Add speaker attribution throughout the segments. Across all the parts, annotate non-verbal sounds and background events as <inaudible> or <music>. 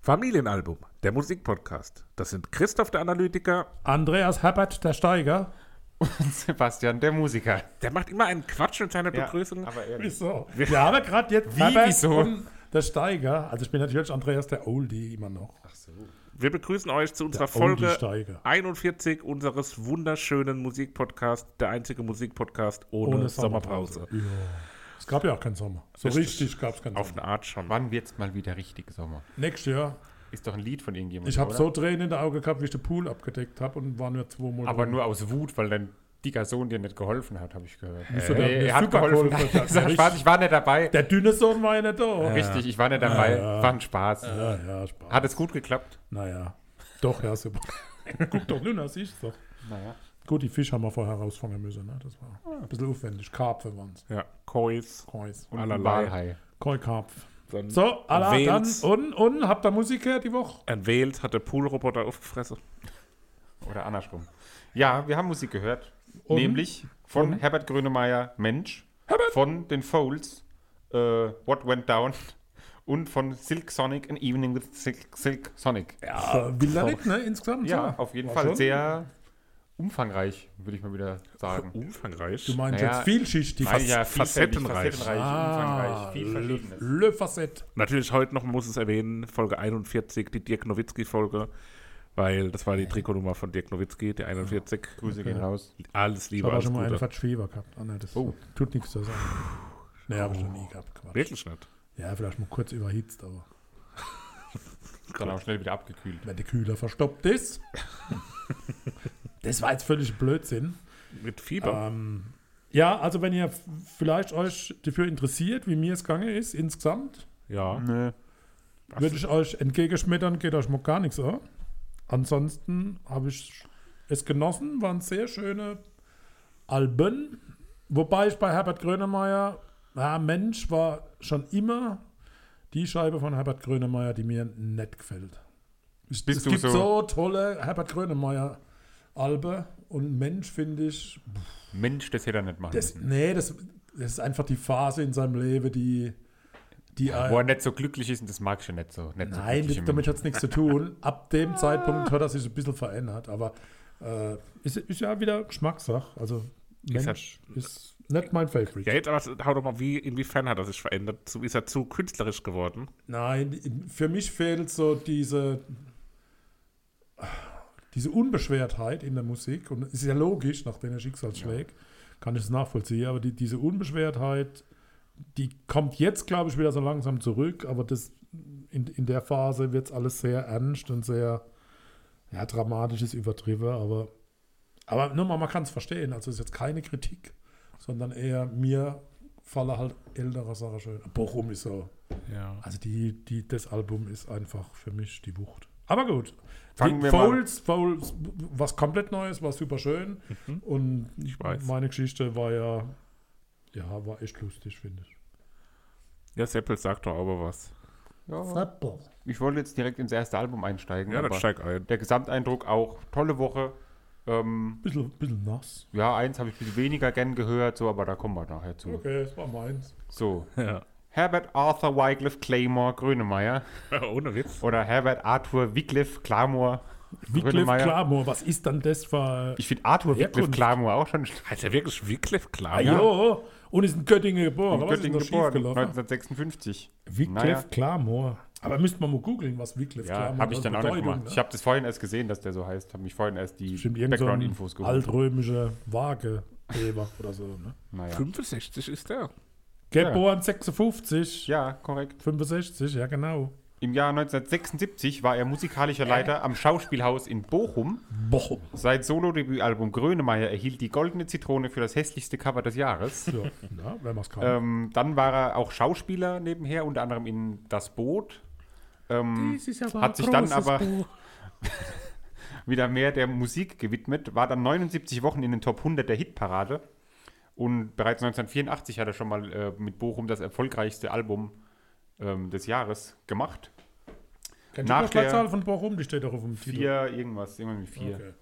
Speaker 1: Familienalbum, der Musikpodcast. Das sind Christoph der Analytiker.
Speaker 2: Andreas Herbert, der Steiger.
Speaker 3: Und Sebastian, der Musiker.
Speaker 1: Der macht immer einen Quatsch mit seiner
Speaker 3: Ja,
Speaker 1: Begrüßung.
Speaker 3: aber ehrlich.
Speaker 2: Wieso? Wir haben ja gerade jetzt
Speaker 3: Wie, wieso?
Speaker 2: und der Steiger. Also ich bin natürlich Andreas der Oldie immer noch.
Speaker 1: Wir begrüßen euch zu unserer
Speaker 2: Der
Speaker 1: Folge
Speaker 2: Oldie-Steiger.
Speaker 1: 41 unseres wunderschönen Musikpodcasts, der einzige Musikpodcast ohne, Sommerpause.
Speaker 2: Es gab ja auch keinen Sommer. So richtig gab es keinen
Speaker 1: Auf
Speaker 2: Sommer.
Speaker 1: eine Art schon.
Speaker 3: Wann wird's mal wieder richtig Sommer?
Speaker 2: Nächstes Jahr.
Speaker 3: Ist doch ein Lied von irgendjemandem.
Speaker 2: Ich habe
Speaker 3: oder?
Speaker 2: so Tränen in der Auge gehabt, wie ich den Pool abgedeckt habe und war nur zwei Monate.
Speaker 3: Aber nur aus Wut, weil dein dicker Sohn dir nicht geholfen hat, habe ich gehört.
Speaker 2: Wieso,
Speaker 3: Äh,
Speaker 2: der hat mir
Speaker 3: er hat
Speaker 2: super
Speaker 3: geholfen.
Speaker 2: geholfen,
Speaker 3: <laughs>
Speaker 2: der hat mir
Speaker 3: ich, war,
Speaker 2: richtig-
Speaker 3: ich war nicht dabei.
Speaker 2: der dünne Sohn war ja nicht da.
Speaker 3: Richtig, ich war nicht dabei.
Speaker 2: Ja.
Speaker 3: War ein Spaß.
Speaker 2: Ja, ja, Spaß.
Speaker 3: Hat es gut geklappt?
Speaker 2: Naja, doch, ja, super. <laughs> Guck doch, Luna, siehst du doch.
Speaker 3: Naja.
Speaker 2: Gut, die Fische haben wir vorher rausfangen müssen. Ne? Das war ein bisschen aufwendig. Karpfe waren es.
Speaker 1: Ja, Kois.
Speaker 2: Kreuz.
Speaker 3: Ah. Und
Speaker 1: Allerlei.
Speaker 3: ein Walhai.
Speaker 2: Koi-Karpf.
Speaker 1: Dann
Speaker 2: So, Allah, dann
Speaker 1: Wähls.
Speaker 2: und, und, habt ihr Musik gehört die Woche?
Speaker 1: Erwählt hat der Poolroboter aufgefressen.
Speaker 3: Oder andersrum. Ja, wir haben Musik gehört.
Speaker 2: Und?
Speaker 3: Nämlich von Herbert Grönemeyer, Mensch. Von den Folds, äh, What Went Down. Und von Silk Sonic, An Evening with Silk, Silk Sonic. Ja,
Speaker 2: Ja, will er nicht, ne, insgesamt.
Speaker 3: auf jeden
Speaker 2: War
Speaker 3: Fall
Speaker 2: schon.
Speaker 3: sehr umfangreich, würde ich mal wieder sagen.
Speaker 1: Umfangreich.
Speaker 2: uh. Du meinst
Speaker 3: Naja,
Speaker 2: jetzt vielschichtig.
Speaker 3: Nein, ja,
Speaker 1: facettenreich.
Speaker 3: vielfältig, facettenreich,
Speaker 2: ah,
Speaker 3: umfangreich, viel
Speaker 2: Le,
Speaker 3: Verschiedenes.
Speaker 2: Le Facette.
Speaker 1: Natürlich heute noch, man muss es erwähnen, Folge 41, die Dirk Nowitzki-Folge, weil das
Speaker 2: Äh.
Speaker 1: war die Trikotnummer von Dirk Nowitzki,
Speaker 2: Ah.
Speaker 1: die 41.
Speaker 3: Grüße gehen raus.
Speaker 1: Alles
Speaker 2: Ich
Speaker 1: Liebe,
Speaker 2: habe
Speaker 1: alles
Speaker 2: schon mal einen
Speaker 1: Gute.
Speaker 2: Fatschfieber gehabt. Ah, ne, das
Speaker 3: Oh.
Speaker 2: tut nichts zur Sache. Nee, habe ich noch nie gehabt. Quatsch.
Speaker 1: Wirklich nicht.
Speaker 2: Ja, vielleicht mal kurz überhitzt, aber
Speaker 3: Dann auch schnell wieder abgekühlt.
Speaker 2: wenn der Kühler verstopft ist. das war jetzt völlig Blödsinn.
Speaker 1: Mit Fieber.
Speaker 2: Ähm, ja, also wenn ihr f- vielleicht euch dafür interessiert, wie mir es gegangen ist insgesamt,
Speaker 1: ja.
Speaker 2: würde ich euch entgegenschmettern, geht euch mal gar nichts an. Ansonsten habe ich es genossen, waren sehr schöne Alben. Wobei ich bei Herbert Grönemeyer, ja, Mensch, war schon immer die Scheibe von Herbert Grönemeyer, die mir nicht gefällt.
Speaker 3: Bist
Speaker 2: es gibt so, tolle Herbert Grönemeyer Alben und Mensch finde ich,
Speaker 3: Mensch, das hätte er nicht machen
Speaker 2: das,
Speaker 3: müssen.
Speaker 2: nee, das, das ist einfach die Phase in seinem Leben, die, die
Speaker 3: Wo er nicht so glücklich ist und das mag ich ja nicht so.
Speaker 2: Nein,
Speaker 3: Nicht so
Speaker 2: das,
Speaker 3: glückliche
Speaker 2: damit
Speaker 3: Menschen.
Speaker 2: hat es nichts zu <laughs> tun. Ab dem Zeitpunkt hat er sich ein bisschen verändert, aber äh, ist, ist ja wieder Geschmackssache. Also
Speaker 1: Ist
Speaker 2: Mensch ist nicht mein Favorite.
Speaker 1: ja, jetzt aber hau doch mal, wie, inwiefern hat er sich verändert? Zu, ist er zu künstlerisch geworden?
Speaker 2: Nein, für mich fehlt so diese, diese Unbeschwertheit in der Musik. Und es ist ja logisch, nach den Schicksalsschlägen kann ich es nachvollziehen, aber die, diese Unbeschwertheit, die kommt jetzt, glaube ich, wieder so langsam zurück. Aber das, in, in der Phase wird es alles sehr ernst und sehr ja, dramatisch, ist übertrieben. Aber, aber nur mal, man kann es verstehen. Also es ist jetzt keine Kritik, sondern eher mir falle halt ältere Sachen schön. Bochum ist so.
Speaker 1: Ja.
Speaker 2: Also die, die, das Album ist einfach für mich die Wucht. Aber gut.
Speaker 3: Fangen
Speaker 2: die,
Speaker 3: wir mal-
Speaker 2: Folds, Folds, was komplett Neues, war super schön. Und
Speaker 1: Mhm. Ich weiß.
Speaker 2: meine Geschichte war ja, ja, war echt lustig, finde ich.
Speaker 1: Ja, Seppel sagt doch aber was.
Speaker 3: Ja. Ich wollte jetzt direkt ins erste Album einsteigen.
Speaker 1: Ja, dann
Speaker 3: aber
Speaker 1: steig ein.
Speaker 3: der Gesamteindruck auch. Tolle Woche. Ähm,
Speaker 2: Bisschen, bisschen nass.
Speaker 3: ja, eins habe ich ein bisschen weniger gern gehört, so, aber da kommen wir nachher zu.
Speaker 2: Okay, das war meins.
Speaker 3: So.
Speaker 1: <laughs> Ja.
Speaker 3: Herbert Arthur Wycliffe Claymore Grönemeyer
Speaker 1: Ohne Witz.
Speaker 3: oder Herbert Arthur Wycliffe Clamore
Speaker 2: Wycliffe Klamor, was ist dann das für...
Speaker 3: Ich finde Arthur Wycliffe
Speaker 2: Herkunft.
Speaker 3: Clamore auch schon schlecht.
Speaker 1: Heißt er wirklich Wycliffe Klar?
Speaker 2: Ah, jo, und ist in Göttingen geboren.
Speaker 3: In
Speaker 2: Was
Speaker 3: Göttingen
Speaker 2: ist denn da
Speaker 3: geboren,
Speaker 2: schiefgelaufen?
Speaker 3: 1956.
Speaker 2: Wycliffe
Speaker 3: Naja.
Speaker 2: Klamor. Aber müsste man mal googeln, was Wycliffe
Speaker 3: Ja,
Speaker 2: Klamor
Speaker 3: habe ich dann auch nicht
Speaker 2: Bedeutung,
Speaker 3: gemacht.
Speaker 2: ne?
Speaker 3: Ich habe das vorhin erst gesehen, dass der so heißt. Habe mich vorhin erst die
Speaker 2: Bestimmt irgendein
Speaker 3: Background-Infos
Speaker 2: so
Speaker 3: geholt.
Speaker 2: altrömische Waage Eber <laughs> oder so. Ne?
Speaker 3: Naja.
Speaker 1: 65 ist der.
Speaker 2: Geboren 56,
Speaker 3: Ja, korrekt.
Speaker 2: 65, ja genau.
Speaker 3: Im Jahr 1976 war er
Speaker 2: Äh?
Speaker 3: musikalischer Leiter am Schauspielhaus in Bochum.
Speaker 2: Bochum.
Speaker 3: Sein Solo-Debütalbum Grönemeyer erhielt die Goldene Zitrone für das hässlichste Cover des Jahres.
Speaker 2: So, na, wenn man es kann.
Speaker 3: ähm, dann war er auch Schauspieler nebenher, unter anderem in Das Boot. Ähm,
Speaker 2: Oh,
Speaker 3: hat sich dann aber <laughs> wieder mehr der Musik gewidmet, war dann 79 Wochen in den Top 100 der Hitparade und bereits 1984 hat er schon mal äh, mit Bochum das erfolgreichste Album ähm, des Jahres gemacht.
Speaker 2: Kennt
Speaker 3: nach
Speaker 2: ihr die Schlagzahl
Speaker 3: der-
Speaker 2: von Bochum? Die steht doch auf dem Titel.
Speaker 3: Vier, irgendwas, irgendwann mit vier.
Speaker 2: Okay.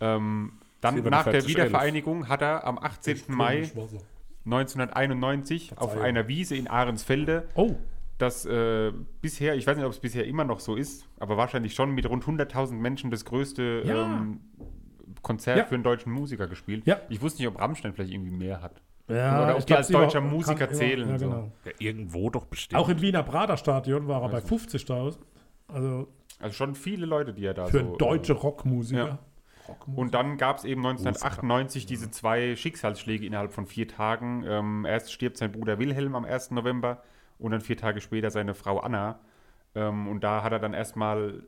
Speaker 3: Ähm, dann nach
Speaker 1: 47,
Speaker 3: der Wiedervereinigung hat er am 18. Mai
Speaker 2: Komisch war so.
Speaker 3: 1991 auf
Speaker 2: Verzeihung.
Speaker 3: einer Wiese in Ahrensfelde
Speaker 2: Oh,
Speaker 3: dass äh, bisher, ich weiß nicht, ob es bisher immer noch so ist, aber wahrscheinlich schon mit rund 100.000 Menschen das größte
Speaker 2: Ja.
Speaker 3: ähm, Konzert
Speaker 2: Ja.
Speaker 3: für einen deutschen Musiker gespielt.
Speaker 2: Ja.
Speaker 3: Ich wusste nicht, ob Rammstein vielleicht irgendwie mehr hat.
Speaker 2: Ja,
Speaker 3: Oder ob
Speaker 2: ich
Speaker 3: die
Speaker 2: glaub,
Speaker 3: als
Speaker 2: sie
Speaker 3: deutscher
Speaker 2: war-
Speaker 3: Musiker
Speaker 2: kann-
Speaker 3: zählen,
Speaker 2: Ja,
Speaker 3: so.
Speaker 2: genau.
Speaker 1: Ja, irgendwo doch bestimmt.
Speaker 2: Auch im Wiener Prater Stadion war er bei
Speaker 3: Weiß
Speaker 2: 50.000. Also
Speaker 3: Also schon viele Leute, die ja da
Speaker 2: für
Speaker 3: so. ähm,
Speaker 2: deutsche Rockmusiker.
Speaker 3: ja.
Speaker 2: Rockmusiker.
Speaker 3: Und dann gab es eben 1998 diese zwei Schicksalsschläge innerhalb von vier Tagen. Ähm, erst stirbt sein Bruder Wilhelm am 1. November und dann vier Tage später seine Frau Anna. Ähm, und da hat er dann erstmal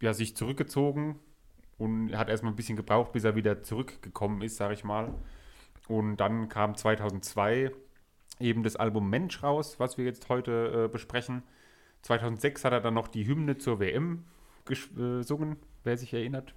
Speaker 3: ja, sich zurückgezogen und hat erstmal ein bisschen gebraucht, bis er wieder zurückgekommen ist, sage ich mal. Und dann kam 2002 eben das Album Mensch raus, was wir jetzt heute äh, besprechen. 2006 hat er dann noch die Hymne zur WM gesch- äh, gesungen, wer sich erinnert.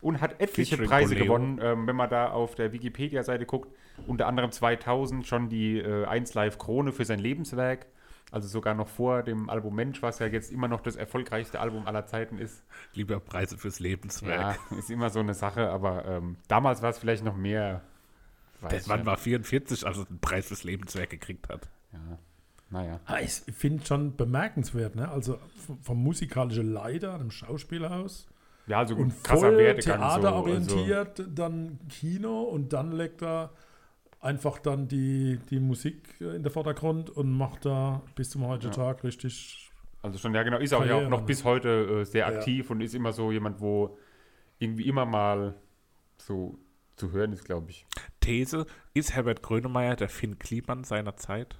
Speaker 3: Und hat etliche
Speaker 1: Featuring
Speaker 3: Preise
Speaker 1: Bolero.
Speaker 3: gewonnen, ähm, wenn man da auf der Wikipedia-Seite guckt. Unter anderem 2000 schon die äh, 1 Live Krone für sein Lebenswerk. Also sogar noch vor dem Album Mensch, was ja jetzt immer noch das erfolgreichste Album aller Zeiten ist.
Speaker 1: Lieber Preise fürs
Speaker 3: Ja,
Speaker 1: Lebenswerk.
Speaker 3: <laughs> ist immer so eine Sache, aber ähm, damals war es vielleicht noch mehr. Weiß
Speaker 1: Der
Speaker 3: ich
Speaker 1: Mann
Speaker 3: nicht.
Speaker 1: war 44, als er den also Preis fürs Lebenswerk gekriegt hat.
Speaker 3: Ja. Naja.
Speaker 2: Ah, Ich finde schon bemerkenswert, ne? Also vom, vom musikalischen Leiter, einem Schauspielhaus
Speaker 3: Ja, also
Speaker 2: und
Speaker 3: gut, krasser
Speaker 2: voll
Speaker 3: Werdegang. also.
Speaker 2: theaterorientiert, dann Kino und dann legt er einfach dann die, die Musik äh, in den Vordergrund und macht da bis zum heutigen Tag richtig.
Speaker 3: So. Also schon, ja genau, ist auch ja auch
Speaker 2: Karriere,
Speaker 3: noch
Speaker 2: ne?
Speaker 3: bis heute äh, sehr
Speaker 2: Ja.
Speaker 3: aktiv und ist immer so jemand, wo irgendwie immer mal so zu hören ist, glaube ich.
Speaker 1: These, ist Herbert Grönemeyer der Finn Kliman seiner Zeit?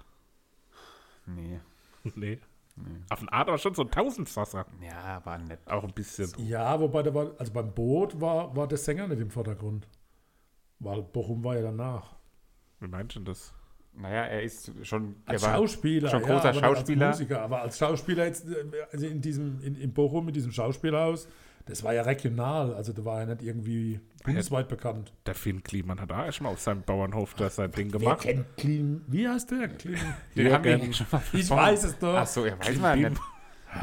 Speaker 1: <laughs>
Speaker 3: Nee.
Speaker 1: Nee. Auf den Art aber schon so ein Tausendsasser.
Speaker 3: Ja, war nett.
Speaker 1: Auch ein bisschen.
Speaker 2: Ja, wobei der war, also beim Boot war, war der Sänger nicht im Vordergrund. Weil Bochum war ja danach.
Speaker 1: Wie meinst du denn das?
Speaker 3: Naja, er ist schon.
Speaker 2: Als
Speaker 3: er war
Speaker 2: Schauspieler.
Speaker 3: schon
Speaker 2: aber
Speaker 3: großer
Speaker 2: nicht
Speaker 3: Schauspieler.
Speaker 2: Als Musiker, aber als Schauspieler jetzt, äh, also in diesem, in, in Bochum, mit diesem Schauspielhaus, das war ja regional, also da war ja nicht irgendwie bundesweit bekannt.
Speaker 1: Der Finn Kliman hat auch erstmal auf seinem Bauernhof da sein Ding gemacht.
Speaker 2: kennt Klim? Wie heißt der? Klim?
Speaker 3: Den haben wir
Speaker 1: Jürgen.
Speaker 3: schon mal
Speaker 2: Ich
Speaker 3: besprochen.
Speaker 2: weiß es doch.
Speaker 3: Ach so, ja, weiß man ja nicht.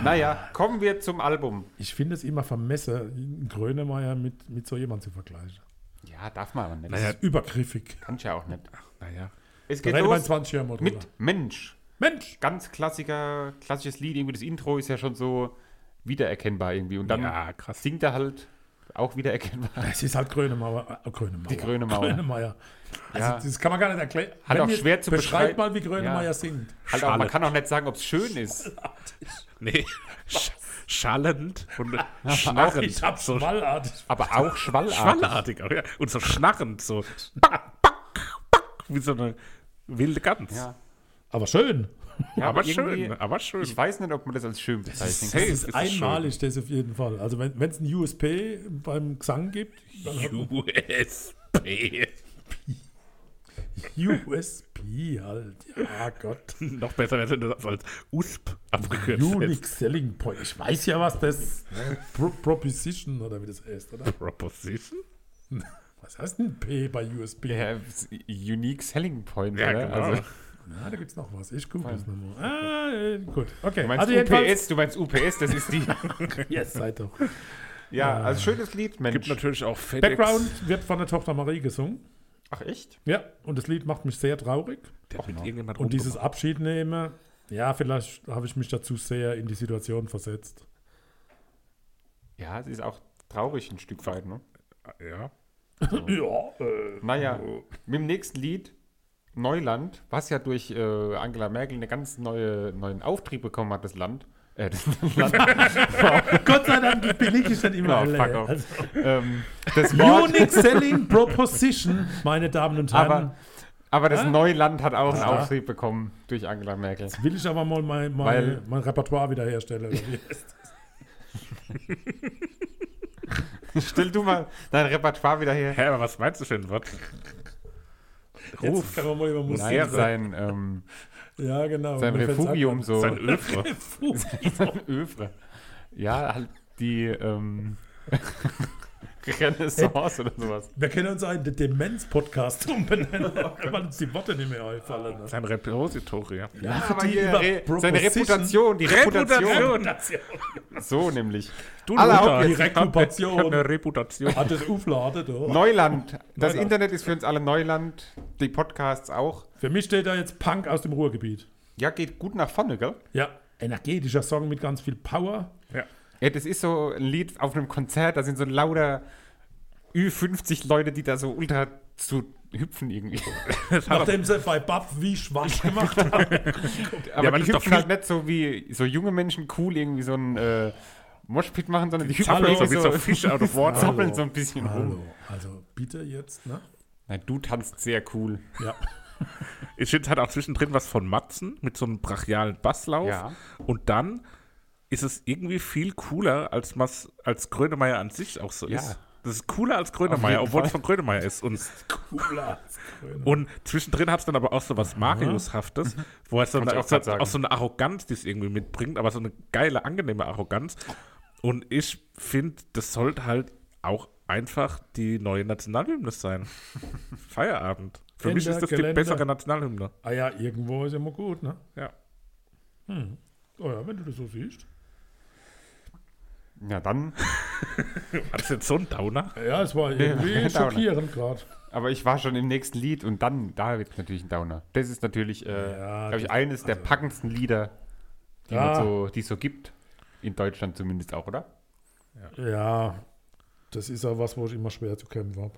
Speaker 3: Naja, kommen wir zum Album.
Speaker 2: Ich finde es immer vermesse, einen Grönemeyer mit, mit so jemandem zu vergleichen.
Speaker 3: Ja, darf man aber nicht.
Speaker 1: Naja.
Speaker 2: Das ist übergriffig.
Speaker 3: Kannst ja auch nicht.
Speaker 1: Naja.
Speaker 3: Es
Speaker 2: Da
Speaker 3: geht
Speaker 2: redet man
Speaker 3: los
Speaker 2: 20 Jahre mal drüber.
Speaker 3: mit Mensch.
Speaker 2: Mensch!
Speaker 3: Ganz Klassiker, klassisches Lied. Irgendwie das Intro ist ja schon so wiedererkennbar irgendwie. Und dann
Speaker 1: Ja, krass.
Speaker 3: singt er halt auch wiedererkennbar. <laughs>
Speaker 2: Es ist halt Grönemeyer. Äh, Grönemeyer.
Speaker 3: Die Grönemeyer.
Speaker 2: Grönemeyer. Also,
Speaker 3: Ja.
Speaker 2: Das kann man gar nicht erklären.
Speaker 3: Halt
Speaker 2: Wenn
Speaker 3: auch
Speaker 2: ihr-
Speaker 3: schwer zu
Speaker 2: Beschreibt mal,
Speaker 3: beschreiben.
Speaker 2: wie Grönemeyer
Speaker 3: Ja.
Speaker 2: singt.
Speaker 3: Halt auch, man
Speaker 1: Schallend.
Speaker 3: kann auch nicht sagen, ob es schön ist.
Speaker 1: <laughs> Nee. Sch schallend <laughs> und schnarrend.
Speaker 2: Ich hab
Speaker 1: so
Speaker 2: schmallartig
Speaker 3: Aber auch schwallartig.
Speaker 1: schwallartig. auch, Ja. Und so schnarrend. So. Back, back, back, wie so eine wilde Gans.
Speaker 3: Ja.
Speaker 2: Aber schön.
Speaker 3: Ja,
Speaker 1: aber,
Speaker 3: irgendwie-
Speaker 1: schön. Aber schön.
Speaker 3: Ich weiß nicht, ob man das als schön bezeichnen
Speaker 1: Hey,
Speaker 3: kann.
Speaker 2: das
Speaker 1: es
Speaker 2: ist,
Speaker 1: ist
Speaker 2: einmalig, das auf jeden Fall. Also wenn es ein USP beim Gesang gibt, dann
Speaker 1: <laughs>
Speaker 2: hat man
Speaker 1: USP.
Speaker 2: USP halt. Ja Gott.
Speaker 1: <laughs> Noch besser wäre das als USP abgekürzt.
Speaker 2: Unique Selling Point. Ich weiß ja, was das Pro Proposition oder wie das heißt, oder?
Speaker 1: Proposition?
Speaker 2: Was heißt ein P bei USP?
Speaker 3: Ja, <laughs> s- unique Selling Point,
Speaker 1: Ja,
Speaker 3: oder?
Speaker 1: genau.
Speaker 3: Also,
Speaker 2: Na, da gibt es noch was. Ich gucke das nochmal. Ah, äh, gut. Okay.
Speaker 3: du meinst
Speaker 2: jedenfalls-
Speaker 3: UPS, du meinst UPS, das ist die.
Speaker 2: Yes, seid doch.
Speaker 3: <laughs> ja, also schönes Lied,
Speaker 1: Gibt
Speaker 3: Mensch.
Speaker 1: natürlich auch FedEx.
Speaker 2: Background wird von der Tochter Marie gesungen.
Speaker 3: Ach echt?
Speaker 2: Ja, und das Lied macht mich sehr traurig.
Speaker 1: Der hat mit irgendjemand
Speaker 2: Und dieses Abschied nehmen, ja, vielleicht habe ich mich dazu sehr in die Situation versetzt.
Speaker 3: Ja, es ist auch traurig ein Stück weit, ne?
Speaker 1: rumgemacht. Ja.
Speaker 2: Ja, äh.
Speaker 3: Naja, mit dem nächsten Lied, Neuland, was ja durch äh, Angela Merkel einen ganz neue, neuen Auftrieb bekommen hat, das Land. Äh, das, <laughs> Land
Speaker 2: Gott sei Dank belege ich dann immer
Speaker 3: Genau, fuck off.
Speaker 2: Also,
Speaker 3: ähm, das Wort,
Speaker 2: Unique Selling Proposition, meine Damen und Herren.
Speaker 3: aber, aber das Neuland hat auch einen
Speaker 2: Ja.
Speaker 3: Auftrieb bekommen durch Angela Merkel. <laughs>
Speaker 2: Will ich aber mal mein, mein,
Speaker 3: Weil-
Speaker 2: mein Repertoire Also wiederherstellen. oder wie?
Speaker 3: Stell du mal dein Repertoire wieder her.
Speaker 1: Hä, aber was meinst du für ein Wort?
Speaker 2: Jetzt
Speaker 1: Ruf.
Speaker 2: kann man mal über Musik
Speaker 3: Nein,
Speaker 2: sagen.
Speaker 3: sein, ähm,
Speaker 2: Ja, genau.
Speaker 3: sein
Speaker 2: Mir fällt's
Speaker 3: Refugium so.
Speaker 1: Sein Ölfrohr. <laughs>
Speaker 2: ab.
Speaker 3: Sein Öfre. Ja, halt die ähm, <laughs> Renaissance oder sowas.
Speaker 2: <laughs> Wir können uns einen Demenz-Podcast umbenennen, <laughs> weil uns die Worte nicht mehr einfallen. Ne?
Speaker 1: Sein Repositorium.
Speaker 2: Ja,
Speaker 3: aber
Speaker 2: die
Speaker 3: hier,
Speaker 2: über
Speaker 3: Re seine
Speaker 2: Proposition-
Speaker 3: Reputation, die Reputation.
Speaker 1: Reputation.
Speaker 3: So nämlich.
Speaker 1: Du
Speaker 3: Alle
Speaker 1: Luder,
Speaker 3: auf
Speaker 2: die
Speaker 1: jetzt, ich hab-
Speaker 2: Rekuperation.
Speaker 1: Ich hab eine Reputation.
Speaker 2: Hat das aufladen, da.
Speaker 3: Neuland. Das
Speaker 2: Neuland.
Speaker 3: Internet ist für uns alle Neuland. Die Podcasts auch.
Speaker 2: Für mich steht da jetzt Punk aus dem Ruhrgebiet.
Speaker 3: Ja, geht gut nach vorne, gell?
Speaker 2: Ja, energetischer Song mit ganz viel Power.
Speaker 1: Ja.
Speaker 3: Ja, das ist so ein Lied auf einem Konzert, da sind so lauter Ü50 Leute, die da so ultra zu hüpfen irgendwie.
Speaker 2: Nachdem sie bei Bab wie
Speaker 3: <laughs>
Speaker 2: schwach gemacht haben.
Speaker 3: Aber
Speaker 1: aber
Speaker 3: die
Speaker 1: das ist doch
Speaker 3: hüpfen halt nicht so wie so junge Menschen cool irgendwie so ein äh, Moshpit machen, sondern die, hüpfen
Speaker 1: zappeln
Speaker 3: irgendwie
Speaker 1: so
Speaker 3: <laughs>
Speaker 1: wie so Fish out of water.
Speaker 3: zappeln so ein bisschen rum.
Speaker 2: Hallo, also bitte jetzt, ne?
Speaker 3: Na, du tanzt sehr cool. <laughs>
Speaker 2: Ja.
Speaker 1: Ich finde, es hat halt auch zwischendrin was von Matzen mit so einem brachialen Basslauf.
Speaker 3: Ja.
Speaker 1: Und dann ist es irgendwie viel cooler, als, Mas, als Grönemeyer an sich auch so
Speaker 3: Ja.
Speaker 1: ist. Das ist cooler als
Speaker 3: Auf
Speaker 1: Grönemeyer,
Speaker 3: jeden
Speaker 1: obwohl es von
Speaker 3: Fall.
Speaker 1: Grönemeyer ist. Und,
Speaker 2: Cooler.
Speaker 1: und zwischendrin hat es dann aber auch so was Mariushaftes,
Speaker 2: Mhm.
Speaker 1: wo er so
Speaker 3: Wollte
Speaker 1: eine,
Speaker 3: ich
Speaker 1: auch,
Speaker 3: auch
Speaker 1: so,
Speaker 3: grad sagen.
Speaker 1: auch so eine Arroganz, die es irgendwie mitbringt, aber so eine geile, angenehme Arroganz. Und ich finde, das sollte halt auch einfach die neue Nationalhymne
Speaker 2: <laughs>
Speaker 1: sein. Feierabend. Für mich
Speaker 2: Kinder,
Speaker 1: ist das die
Speaker 2: Geländer.
Speaker 1: bessere Nationalhymne.
Speaker 2: Ah ja, irgendwo ist immer gut, ne?
Speaker 1: Ja.
Speaker 2: Oh ja, wenn du das so siehst.
Speaker 3: Ja, dann.
Speaker 1: War das jetzt so ein Downer?
Speaker 2: Ja, es war irgendwie
Speaker 3: Downer.
Speaker 2: schockierend gerade.
Speaker 3: Aber ich war schon im nächsten Lied und dann, da wird natürlich ein Downer. Das ist natürlich, äh,
Speaker 2: Ja,
Speaker 3: glaube ich,
Speaker 2: das-
Speaker 3: eines der packendsten Lieder, die
Speaker 2: Ja.
Speaker 3: man so, die es so gibt. In Deutschland zumindest auch, oder?
Speaker 2: Ja, das ist auch was, wo ich immer schwer zu kämpfen habe.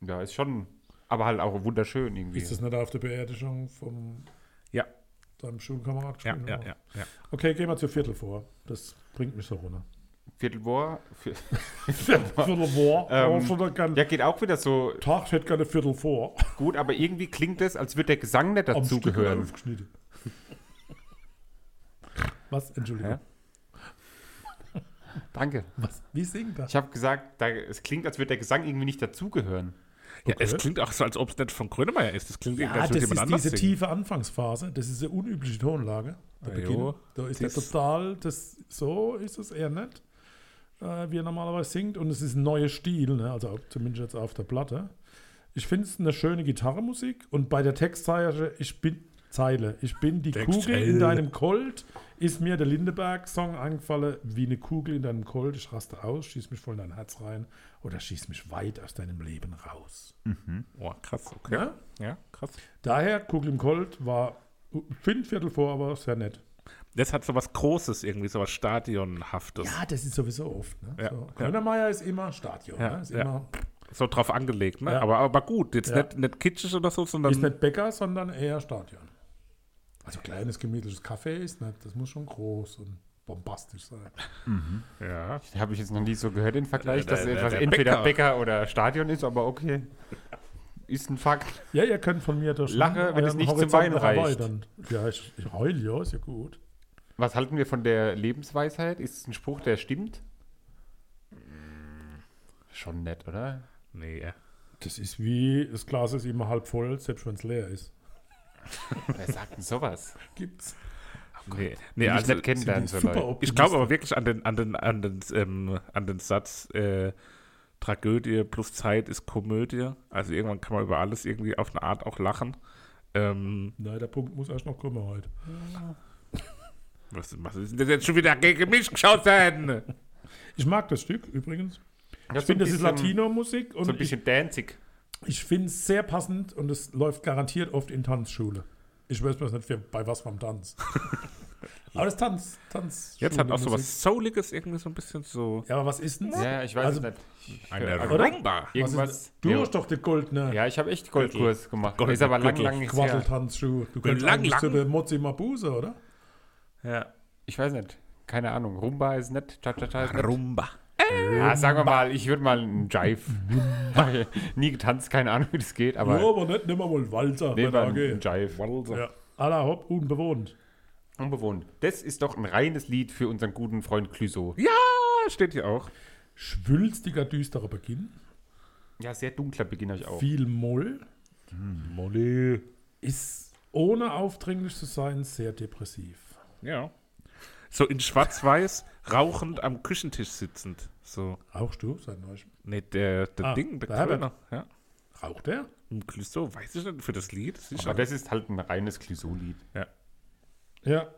Speaker 3: Ja, ist schon, aber halt auch wunderschön irgendwie.
Speaker 2: Ist das nicht auf der Beerdigung von
Speaker 1: Ja,
Speaker 2: deinem Schulkamerad
Speaker 1: ja,
Speaker 2: gespielt?
Speaker 1: ja,
Speaker 2: oder?
Speaker 1: ja. ja.
Speaker 2: Okay, gehen wir zur Viertel vor. Das bringt mich so runter.
Speaker 3: Viertelbohr. Vier, <laughs>
Speaker 2: Viertel vor?
Speaker 3: Ähm,
Speaker 2: oh, schon gern,
Speaker 3: ja, geht auch wieder so
Speaker 2: Tag, ich hätte gerne Viertel vor.
Speaker 3: gut, aber irgendwie klingt es, als würde der Gesang nicht
Speaker 2: Am Stück
Speaker 3: dazugehören.
Speaker 2: aufgeschnitten. Was? Entschuldigung.
Speaker 3: Hä? Danke.
Speaker 2: Was? Wie singt das?
Speaker 3: Ich habe gesagt, da, es klingt, als würde der Gesang irgendwie nicht dazugehören.
Speaker 1: ja es
Speaker 2: Okay.
Speaker 1: klingt auch so, als ob es nicht von Grönemeyer ist. Es klingt,
Speaker 2: Ja,
Speaker 1: als
Speaker 2: das
Speaker 1: würde
Speaker 2: ist
Speaker 1: jemand
Speaker 2: diese
Speaker 1: anders singen.
Speaker 2: tiefe Anfangsphase. Das ist eine unübliche Tonlage. Der
Speaker 1: Ja,
Speaker 2: Beginn.
Speaker 1: jo.
Speaker 2: Da ist der
Speaker 1: Das-
Speaker 2: total, das, so ist es eher nicht, äh, wie er normalerweise singt. Und es ist ein neuer Stil, ne? also auf- zumindest jetzt auf der Platte. Ich finde es eine schöne Gitarrenmusik. Und bei der Textzeile, ich bin Zeile, ich bin die Kugel in
Speaker 1: Textzeile.
Speaker 2: deinem Colt, ist mir der Lindeberg-Song eingefallen, wie eine Kugel in deinem Colt. Ich raste aus, schieß mich voll in dein Herz rein oder schieß mich weit aus deinem Leben raus.
Speaker 1: Oh, krass, okay.
Speaker 2: Ja?
Speaker 1: Ja, krass.
Speaker 2: Daher, Kugel im Colt war fünf Viertel vor, aber sehr nett.
Speaker 1: Das hat so was Großes irgendwie, so was Stadionhaftes.
Speaker 2: Ja, das ist sowieso oft. Ne?
Speaker 1: Ja,
Speaker 2: so.
Speaker 1: ja.
Speaker 2: Grönemeyer ist immer Stadion.
Speaker 1: Ja,
Speaker 2: ne? ist,
Speaker 1: ja.
Speaker 2: immer,
Speaker 1: So drauf angelegt, ne?
Speaker 2: Ja.
Speaker 1: Aber, aber gut, jetzt
Speaker 2: Ja.
Speaker 1: nicht, nicht kitschig oder so, sondern
Speaker 2: ist nicht Bäcker, sondern eher Stadion. Also kleines, gemütliches Café ist nicht, das muss schon groß und bombastisch sein.
Speaker 1: ja.
Speaker 3: Habe ich jetzt noch nie so gehört, den Vergleich,
Speaker 1: Der-
Speaker 3: dass
Speaker 1: der-
Speaker 3: etwas
Speaker 1: der
Speaker 3: entweder
Speaker 1: Bäcker.
Speaker 3: Bäcker oder Stadion ist, aber okay. Ist ein Fakt.
Speaker 2: <laughs> Ja, ihr könnt von mir durch
Speaker 3: Lache, wenn es
Speaker 2: euren
Speaker 3: nicht zum
Speaker 2: Horizont
Speaker 3: Weinen
Speaker 2: noch
Speaker 3: reicht.
Speaker 2: erweitern. Ja, ich, ich heul ja, ist ja gut.
Speaker 3: Was halten wir von der Lebensweisheit? Ist es ein Spruch, der stimmt? Hm, Schon nett, oder?
Speaker 1: Nee.
Speaker 3: Oh
Speaker 2: Das ist wie, das Glas ist immer halb voll, selbst wenn es leer ist.
Speaker 3: Wer sagt denn <laughs> sowas?
Speaker 2: Gibt's.
Speaker 1: nee. Nee,
Speaker 3: Die
Speaker 1: also,
Speaker 3: ich nicht kennenlernen
Speaker 2: sind
Speaker 3: so
Speaker 2: die super
Speaker 3: Leute.
Speaker 2: ob-
Speaker 1: ich glaube aber wirklich an den, an den, an den, ähm, an den Satz, äh, Tragödie plus Zeit ist Komödie. Also irgendwann kann man über alles irgendwie auf eine Art auch lachen. Ähm,
Speaker 2: Nein, der Punkt muss erst noch kommen heute.
Speaker 1: was, was ist denn das jetzt schon wieder gegen mich geschaut sein?
Speaker 2: Ich mag das Stück übrigens.
Speaker 3: Das
Speaker 2: Ich finde, das ist
Speaker 3: ein bisschen-
Speaker 2: Latino-Musik und
Speaker 3: So ein
Speaker 2: ich
Speaker 3: bisschen danzig.
Speaker 2: Ich finde es sehr passend und es läuft garantiert oft in Tanzschule. Ich weiß bloß nicht, für, bei was beim
Speaker 3: <laughs>
Speaker 2: Tanz. aber das Tanz, Tanz.
Speaker 1: Jetzt hat auch so
Speaker 2: Musik.
Speaker 1: was Souliges irgendwie so ein bisschen so.
Speaker 2: Ja, aber was ist denn
Speaker 3: Ja, ich weiß
Speaker 2: Also,
Speaker 3: es nicht. Ich
Speaker 1: Eine
Speaker 3: höre-
Speaker 2: Oder?
Speaker 1: Rumba.
Speaker 3: Irgendwas.
Speaker 2: Du
Speaker 3: Ja.
Speaker 2: hast doch den goldenen
Speaker 3: Ja, ich habe echt Goldkurs gemacht.
Speaker 1: Gold-
Speaker 3: ist aber lang,
Speaker 1: Gürtel.
Speaker 3: lang nichts her.
Speaker 2: Quaddeltanzschuh. Du kannst
Speaker 1: Lang,
Speaker 2: eigentlich
Speaker 1: lang.
Speaker 2: zu der Mozi Mabuse, oder?
Speaker 1: Ja.
Speaker 3: Ich weiß nicht. Keine Ahnung. Rumba ist nett. Cha-cha-cha ist nett.
Speaker 1: Rumba.
Speaker 3: Ja, sagen wir mal, ich würde mal einen <laughs> Jive. Nie getanzt, keine Ahnung, wie das geht, aber
Speaker 2: ja, aber nicht, nehmen wir mal Walzer.
Speaker 3: nehmen
Speaker 2: wenn
Speaker 3: wir
Speaker 2: er
Speaker 3: einen
Speaker 2: geht.
Speaker 3: Jive.
Speaker 2: Ja. Alla hopp, unbewohnt.
Speaker 3: Unbewohnt. Das ist doch ein reines Lied für unseren guten Freund Clüso.
Speaker 1: Ja, steht hier auch.
Speaker 2: Schwülstiger, düsterer Beginn.
Speaker 3: Ja, sehr dunkler Beginn habe ich auch.
Speaker 2: Viel Moll.
Speaker 1: Molly.
Speaker 2: Ist, ohne aufdringlich zu sein, sehr depressiv.
Speaker 1: Ja. So in schwarz-weiß, rauchend am Küchentisch sitzend. So.
Speaker 2: Rauchst du seit neuestem?
Speaker 1: Nee, der, der
Speaker 2: Ah,
Speaker 1: Ding, der
Speaker 2: der Herbert.
Speaker 1: Kröner. Ja.
Speaker 2: Raucht er?
Speaker 1: Im Clueso, weiß ich nicht, für das Lied.
Speaker 3: Aber das ist halt ein reines Clüso-Lied.
Speaker 1: ja.
Speaker 2: Ja.